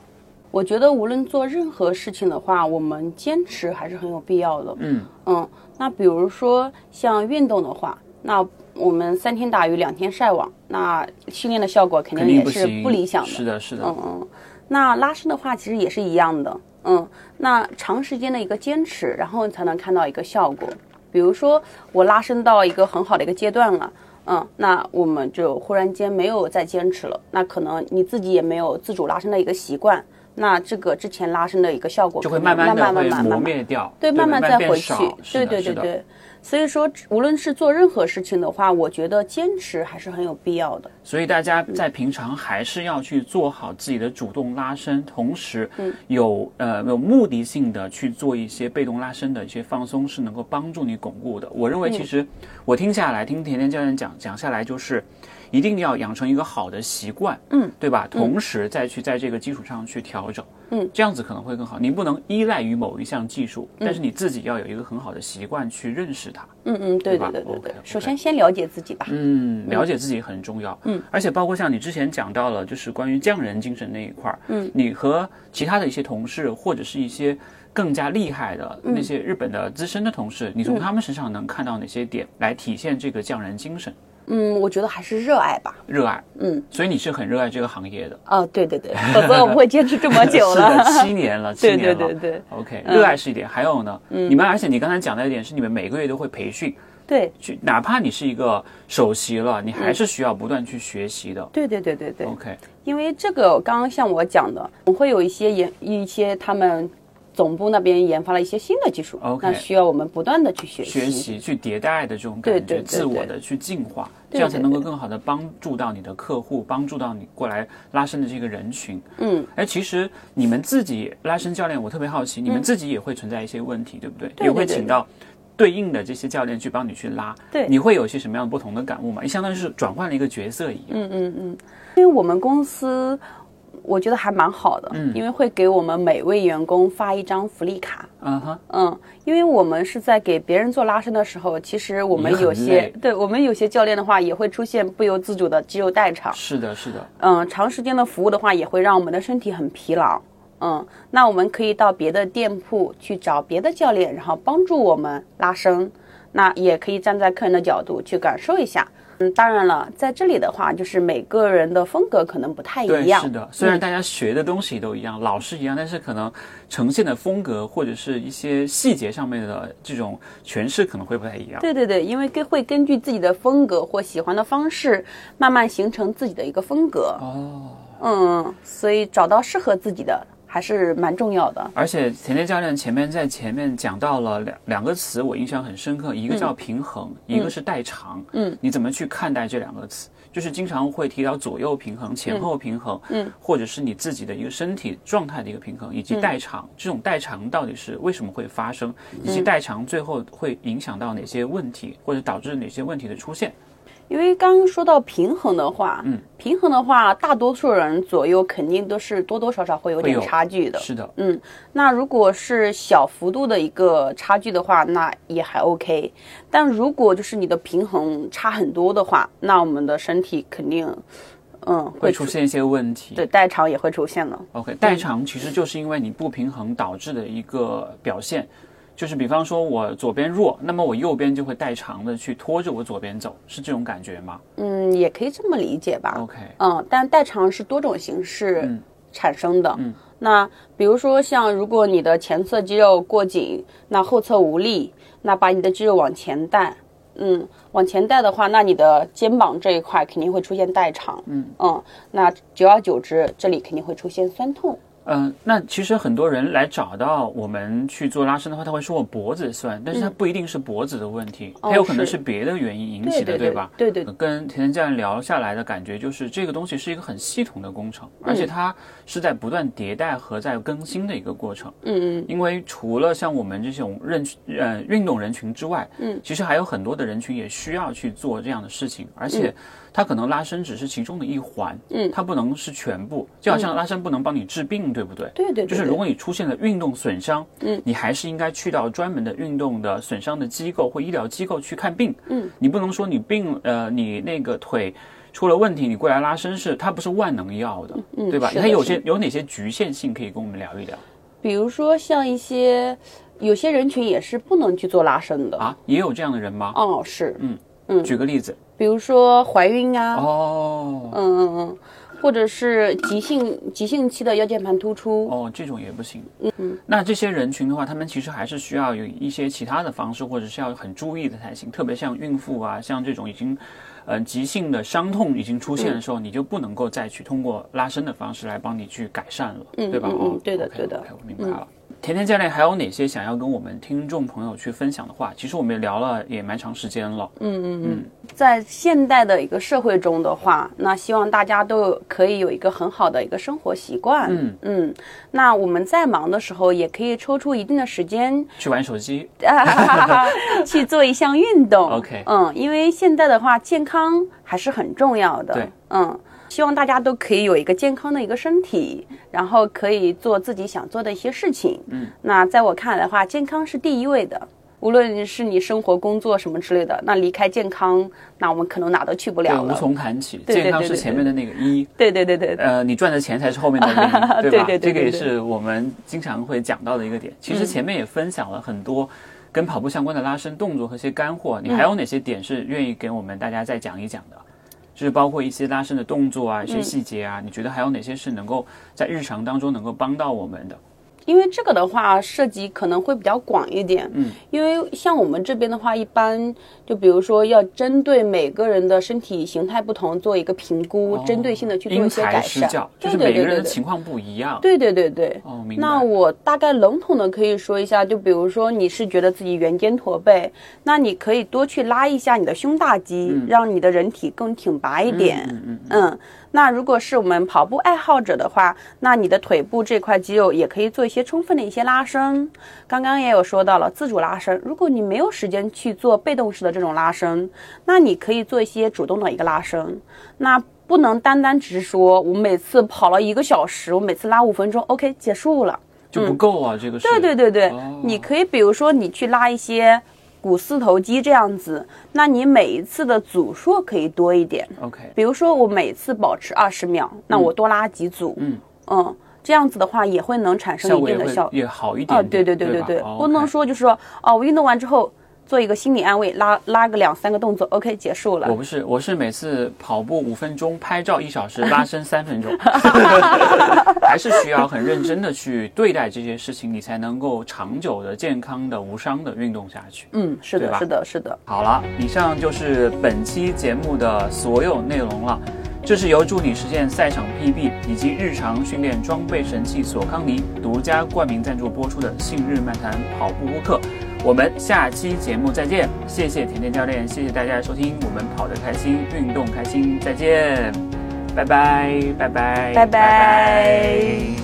[SPEAKER 2] 我觉得无论做任何事情的话，我们坚持还是很有必要的。
[SPEAKER 1] 嗯
[SPEAKER 2] 嗯，那比如说像运动的话，那我们三天打鱼两天晒网，那训练的效果肯
[SPEAKER 1] 肯定
[SPEAKER 2] 定也
[SPEAKER 1] 不
[SPEAKER 2] 是
[SPEAKER 1] 行，
[SPEAKER 2] 不理想的。
[SPEAKER 1] 是的，是的，
[SPEAKER 2] 嗯嗯，那拉伸的话其实也是一样的，嗯，那长时间的一个坚持，然后你才能看到一个效果。比如说我拉伸到一个很好的一个阶段了，嗯，那我们就忽然间没有再坚持了，那可能你自己也没有自主拉伸的一个习惯，那这个之前拉伸的一个效果
[SPEAKER 1] 就
[SPEAKER 2] 可
[SPEAKER 1] 会慢
[SPEAKER 2] 能慢
[SPEAKER 1] 的会
[SPEAKER 2] 慢慢慢
[SPEAKER 1] 磨
[SPEAKER 2] 慢
[SPEAKER 1] 灭掉，
[SPEAKER 2] 对，慢
[SPEAKER 1] 慢
[SPEAKER 2] 再
[SPEAKER 1] 变
[SPEAKER 2] 回去
[SPEAKER 1] 少。
[SPEAKER 2] 对
[SPEAKER 1] 是的
[SPEAKER 2] 对
[SPEAKER 1] 是
[SPEAKER 2] 对
[SPEAKER 1] 的
[SPEAKER 2] 对，所以说无论是做任何事情的话，我觉得坚持还是很有必要的。
[SPEAKER 1] 所以大家在平常还是要去做好自己的主动拉伸，同时有呃有目的性的去做一些被动拉伸的一些放松，是能够帮助你巩固的。我认为其实我听下来，听甜甜教练讲讲下来，就是一定要养成一个好的习惯，嗯，对吧？同时再去在这个基础上去调整，嗯，这样子可能会更好。你不能依赖于某一项技术，但是你自己要有一个很好的习惯去认识它。
[SPEAKER 2] 嗯嗯，对
[SPEAKER 1] 对吧
[SPEAKER 2] 对对对对
[SPEAKER 1] OK，OK，
[SPEAKER 2] 首先先了解自己吧。
[SPEAKER 1] 嗯，了解自己很重要。嗯，而且包括像你之前讲到了，就是关于匠人精神那一块儿，嗯，你和其他的一些同事或者是一些更加厉害的
[SPEAKER 2] 嗯
[SPEAKER 1] 那些日本的资深的同事，你从他们身上能看到哪些点来体现这个匠人精神？
[SPEAKER 2] 嗯，我觉得还是热爱吧。
[SPEAKER 1] 热爱，
[SPEAKER 2] 嗯，
[SPEAKER 1] 所以你是很热爱这个行业的。
[SPEAKER 2] 哦，对 对对，否则我们会坚持这么久
[SPEAKER 1] 是的，
[SPEAKER 2] 了。
[SPEAKER 1] 七年了，七
[SPEAKER 2] 对
[SPEAKER 1] 年
[SPEAKER 2] 对
[SPEAKER 1] 了。
[SPEAKER 2] 对嗯对
[SPEAKER 1] OK，热爱是一点，还有呢，你们而且你刚才讲的一点是，你们每个月都会培训，
[SPEAKER 2] 对
[SPEAKER 1] 去哪怕你是一个首席了，你还是需要不断去学习的。
[SPEAKER 2] 对对对对对，
[SPEAKER 1] OK，
[SPEAKER 2] 因为这个刚刚像我讲的，我会有一些研一些他们总部那边研发了一些新的技术
[SPEAKER 1] OK
[SPEAKER 2] 那需要我们不断的去学习。
[SPEAKER 1] 学习、去迭代的这种感觉，
[SPEAKER 2] 对对对
[SPEAKER 1] 自我的去进化，这样才能够更好的帮助到你的客户，帮助到你过来拉伸的这个人群。
[SPEAKER 2] 嗯，
[SPEAKER 1] 哎，其实你们自己拉伸教练，我特别好奇，你们自己也会存在一些问题，对不对？
[SPEAKER 2] 对
[SPEAKER 1] 也会
[SPEAKER 2] 对对
[SPEAKER 1] 请到。对应的这些教练去帮你去拉，
[SPEAKER 2] 对
[SPEAKER 1] 你会有一些什么样不同的感悟吗？你相当于是转换了一个角色一样，嗯，
[SPEAKER 2] 因为我们公司我觉得还蛮好的，
[SPEAKER 1] 嗯
[SPEAKER 2] 因为会给我们每位员工发一张福利卡。
[SPEAKER 1] 啊哈，
[SPEAKER 2] 嗯，因为我们是在给别人做拉伸的时候，其实我们
[SPEAKER 1] 也很
[SPEAKER 2] 有些
[SPEAKER 1] 累
[SPEAKER 2] 对我们有些教练的话，也会出现不由自主的肌肉代偿。
[SPEAKER 1] 是的，是的，
[SPEAKER 2] 嗯，长时间的服务的话，也会让我们的身体很疲劳。嗯，那我们可以到别的店铺去找别的教练，然后帮助我们拉伸。那也可以站在客人的角度去感受一下。嗯，当然了，在这里的话，就是每个人的风格可能不太
[SPEAKER 1] 对
[SPEAKER 2] 一，样。嗯
[SPEAKER 1] 是的。虽然大家学的东西都一样，老师一样，但是可能呈现的风格或者是一些细节上面的这种诠释可能会不太一样。
[SPEAKER 2] 对对对，因为根会根据自己的风格或喜欢的方式，慢慢形成自己的一个风格。哦，嗯，所以找到适合自己的还是蛮重要的。
[SPEAKER 1] 而且田田教练前面在前面讲到了两两个词，我印象很深刻，一个叫平衡，一个是代偿。嗯，你怎么去看待这两个词？就是经常会提到左右平衡、前后平衡，嗯，或者是你自己的一个身体状态的一个平衡，以及代偿。这种代偿到底是为什么会发生，以及代偿最后会影响到哪些问题，或者导致哪些问题的出现？
[SPEAKER 2] 因为刚刚说到平衡的话，嗯，平衡的话，大多数人左右肯定都是多多少少会有点
[SPEAKER 1] 会有
[SPEAKER 2] 差距的。
[SPEAKER 1] 是的，
[SPEAKER 2] 嗯，那如果是小幅度的一个差距的话，那也还 OK。但如果就是你的平衡差很多的话，那我们的身体肯定，嗯，
[SPEAKER 1] 会出现一些问题。
[SPEAKER 2] 对代偿也会出现的。
[SPEAKER 1] OK，代偿其实就是因为你不平衡导致的一个表现，就是比方说我左边弱，那么我右边就会代偿的去拖着我左边走，是这种感觉吗
[SPEAKER 2] 嗯，也可以这么理解吧。
[SPEAKER 1] ？OK，
[SPEAKER 2] 嗯，但代偿是多种形式产生的。
[SPEAKER 1] 嗯
[SPEAKER 2] 那比如说，像如果你的前侧肌肉过紧，那后侧无力，那把你的肌肉往前带，嗯，往前带的话，那你的肩膀这一块肯定会出现代偿。嗯那久而久之，这里肯定会出现酸痛。
[SPEAKER 1] 嗯、那其实很多人来找到我们去做拉伸的话，他会说我脖子酸，但是它不一定是脖子的问题，它有可能
[SPEAKER 2] 嗯哦是
[SPEAKER 1] 是别的原因引起的，
[SPEAKER 2] 对对
[SPEAKER 1] 吧？
[SPEAKER 2] 对对
[SPEAKER 1] 呃跟田田教练聊下来的感觉就是，这个东西是一个很系统的工程，而
[SPEAKER 2] 嗯
[SPEAKER 1] 且它是在不断迭代和在更新的一个过程。
[SPEAKER 2] 嗯嗯，
[SPEAKER 1] 因为除了像我们这种人群呃运动人群之外，
[SPEAKER 2] 嗯，
[SPEAKER 1] 其实还有很多的人群也需要去做这样的事情，而且它可能拉伸只是其中的一环，
[SPEAKER 2] 嗯
[SPEAKER 1] 它不能是全部，就好像拉伸不能帮你治病，对不对？
[SPEAKER 2] 对对对，
[SPEAKER 1] 就是
[SPEAKER 2] 对
[SPEAKER 1] 如果你出现了运动损伤，
[SPEAKER 2] 嗯，
[SPEAKER 1] 你还是应该去到专门的运动的损伤的机构或医疗机构去看病，
[SPEAKER 2] 嗯，
[SPEAKER 1] 你不能说你病呃你那个腿出了问题，你过来拉伸是它不是万能药的，
[SPEAKER 2] 嗯
[SPEAKER 1] 对吧？
[SPEAKER 2] 是的
[SPEAKER 1] 它有
[SPEAKER 2] 是的
[SPEAKER 1] 些有哪些局限性可以跟我们聊一聊
[SPEAKER 2] 比如说像一些有些人群也是不能去做拉伸的。
[SPEAKER 1] 啊？也有这样的人吗？
[SPEAKER 2] 哦，是，
[SPEAKER 1] 举个例子
[SPEAKER 2] 比如说怀孕啊，
[SPEAKER 1] 哦
[SPEAKER 2] 嗯嗯嗯，或者是急性急性期的腰间盘突出，
[SPEAKER 1] 哦，这种也不行。嗯，那这些人群的话，他们其实还是需要有一些其他的方式，或者是要很注意的才行。特别像孕妇啊，像这种已经，呃，急性的伤痛已经出现的
[SPEAKER 2] 嗯
[SPEAKER 1] 时候，你就不能够再去通过拉伸的方式来帮你去改善了，
[SPEAKER 2] 嗯
[SPEAKER 1] 对吧？
[SPEAKER 2] 嗯
[SPEAKER 1] 哦
[SPEAKER 2] 嗯对的
[SPEAKER 1] OK，
[SPEAKER 2] 对的嗯
[SPEAKER 1] OK，我明白了。甜甜教练还有哪些想要跟我们听众朋友去分享的话？其实我们也聊了也蛮长时间了。
[SPEAKER 2] 嗯在现代的一个社会中的话，那希望大家都有可以有一个很好的一个生活习惯。
[SPEAKER 1] 嗯
[SPEAKER 2] 那我们在忙的时候，也可以抽出一定的时间、
[SPEAKER 1] 去玩手机，
[SPEAKER 2] 啊、 去做一项运动。
[SPEAKER 1] OK
[SPEAKER 2] 嗯，因为现在的话，健康还是很重要的。
[SPEAKER 1] 对，
[SPEAKER 2] 嗯。希望大家都可以有一个健康的一个身体，然后可以做自己想做的一些事情。嗯，那在我看来的话，健康是第一位的。无论是你生活、工作什么之类的，那离开健康，那我们可能哪都去不
[SPEAKER 1] 对，
[SPEAKER 2] 了
[SPEAKER 1] 无
[SPEAKER 2] 了。
[SPEAKER 1] 从谈起。
[SPEAKER 2] 对对
[SPEAKER 1] 健康
[SPEAKER 2] 对
[SPEAKER 1] 是
[SPEAKER 2] 对
[SPEAKER 1] 前
[SPEAKER 2] 对
[SPEAKER 1] 面的那个一，
[SPEAKER 2] 对对对对对，
[SPEAKER 1] 呃，你赚的钱才是后 面的零，吧？
[SPEAKER 2] 对对对对
[SPEAKER 1] 这个也
[SPEAKER 2] 对嗯
[SPEAKER 1] 是我们经常会讲到的一个点。其实前面也分享了很多跟跑步相关的拉伸动作和一些干货，你还有哪些点是愿意给我们大家再讲一讲的？就是包括一些拉伸的动作啊，一
[SPEAKER 2] 嗯
[SPEAKER 1] 些细节啊，你觉得还有哪些是能够在日常当中能够帮到我们的？哦
[SPEAKER 2] 因为这个的话涉及可能会比较广一点。嗯，因为像我们这边的话，一般就比如说要针对每个人的身体形态不同做一个评估，针对性的去做
[SPEAKER 1] 哦因
[SPEAKER 2] 一些
[SPEAKER 1] 材
[SPEAKER 2] 改
[SPEAKER 1] 施
[SPEAKER 2] 善
[SPEAKER 1] 教，。就
[SPEAKER 2] 对
[SPEAKER 1] 是
[SPEAKER 2] 对
[SPEAKER 1] 每
[SPEAKER 2] 对
[SPEAKER 1] 个人的
[SPEAKER 2] 对
[SPEAKER 1] 情况不一样。
[SPEAKER 2] 对对对对。
[SPEAKER 1] 哦，明白。
[SPEAKER 2] 那我大概笼统的可以说一下，就比如说你是觉得自己圆肩驼背，那你可以多去拉一下你的胸大肌，让你的人体更挺拔一点。
[SPEAKER 1] 嗯嗯
[SPEAKER 2] 嗯，那如果是我们跑步爱好者的话，那你的腿部这块肌肉也可以做一些充分的一些拉伸。刚刚也有说到了自主拉伸，如果你没有时间去做被动式的这种拉伸，那你可以做一些主动的一个拉伸。那不能单单只是说我每次跑了一个小时，我每次拉五分钟，OK 结束了。
[SPEAKER 1] 就不够啊，这个是。
[SPEAKER 2] 对对对对，
[SPEAKER 1] 哦
[SPEAKER 2] 你可以比如说你去拉一些股四头肌这样子，那你每一次的组数可以多一点。
[SPEAKER 1] OK，
[SPEAKER 2] 比如说我每次保持二十秒，那我多拉几组，
[SPEAKER 1] 嗯
[SPEAKER 2] 嗯，这样子的话也会能产
[SPEAKER 1] 效
[SPEAKER 2] 生一
[SPEAKER 1] 果也
[SPEAKER 2] 定的
[SPEAKER 1] 会
[SPEAKER 2] 效。
[SPEAKER 1] 也好一点
[SPEAKER 2] 啊，
[SPEAKER 1] 点。
[SPEAKER 2] 对对对对
[SPEAKER 1] 吧
[SPEAKER 2] 对，
[SPEAKER 1] 哦
[SPEAKER 2] 不能
[SPEAKER 1] OK
[SPEAKER 2] 说就是说哦，我运动完之后做一个心理安慰，拉拉个两三个动作，OK 结束了
[SPEAKER 1] 我。不是，我是每次跑步五分钟，拍照一小时，拉伸三分钟，还是需要很认真的去对待这些事情，你才能够长久的、健康的、无伤的运动下去。
[SPEAKER 2] 嗯，是
[SPEAKER 1] 对
[SPEAKER 2] 的
[SPEAKER 1] 吧，
[SPEAKER 2] 是的，是的。
[SPEAKER 1] 好了，以上就是本期节目的所有内容了。这是由助你实现赛场 PB 以及日常训练装备神器索康尼独家冠名赞助播出的《信日漫谈跑步播客》，我们下期节目再见。谢谢甜甜教练，谢谢大家的收听，我们跑得开心，运动开心，再见，拜拜，拜拜，
[SPEAKER 2] 拜拜
[SPEAKER 1] 拜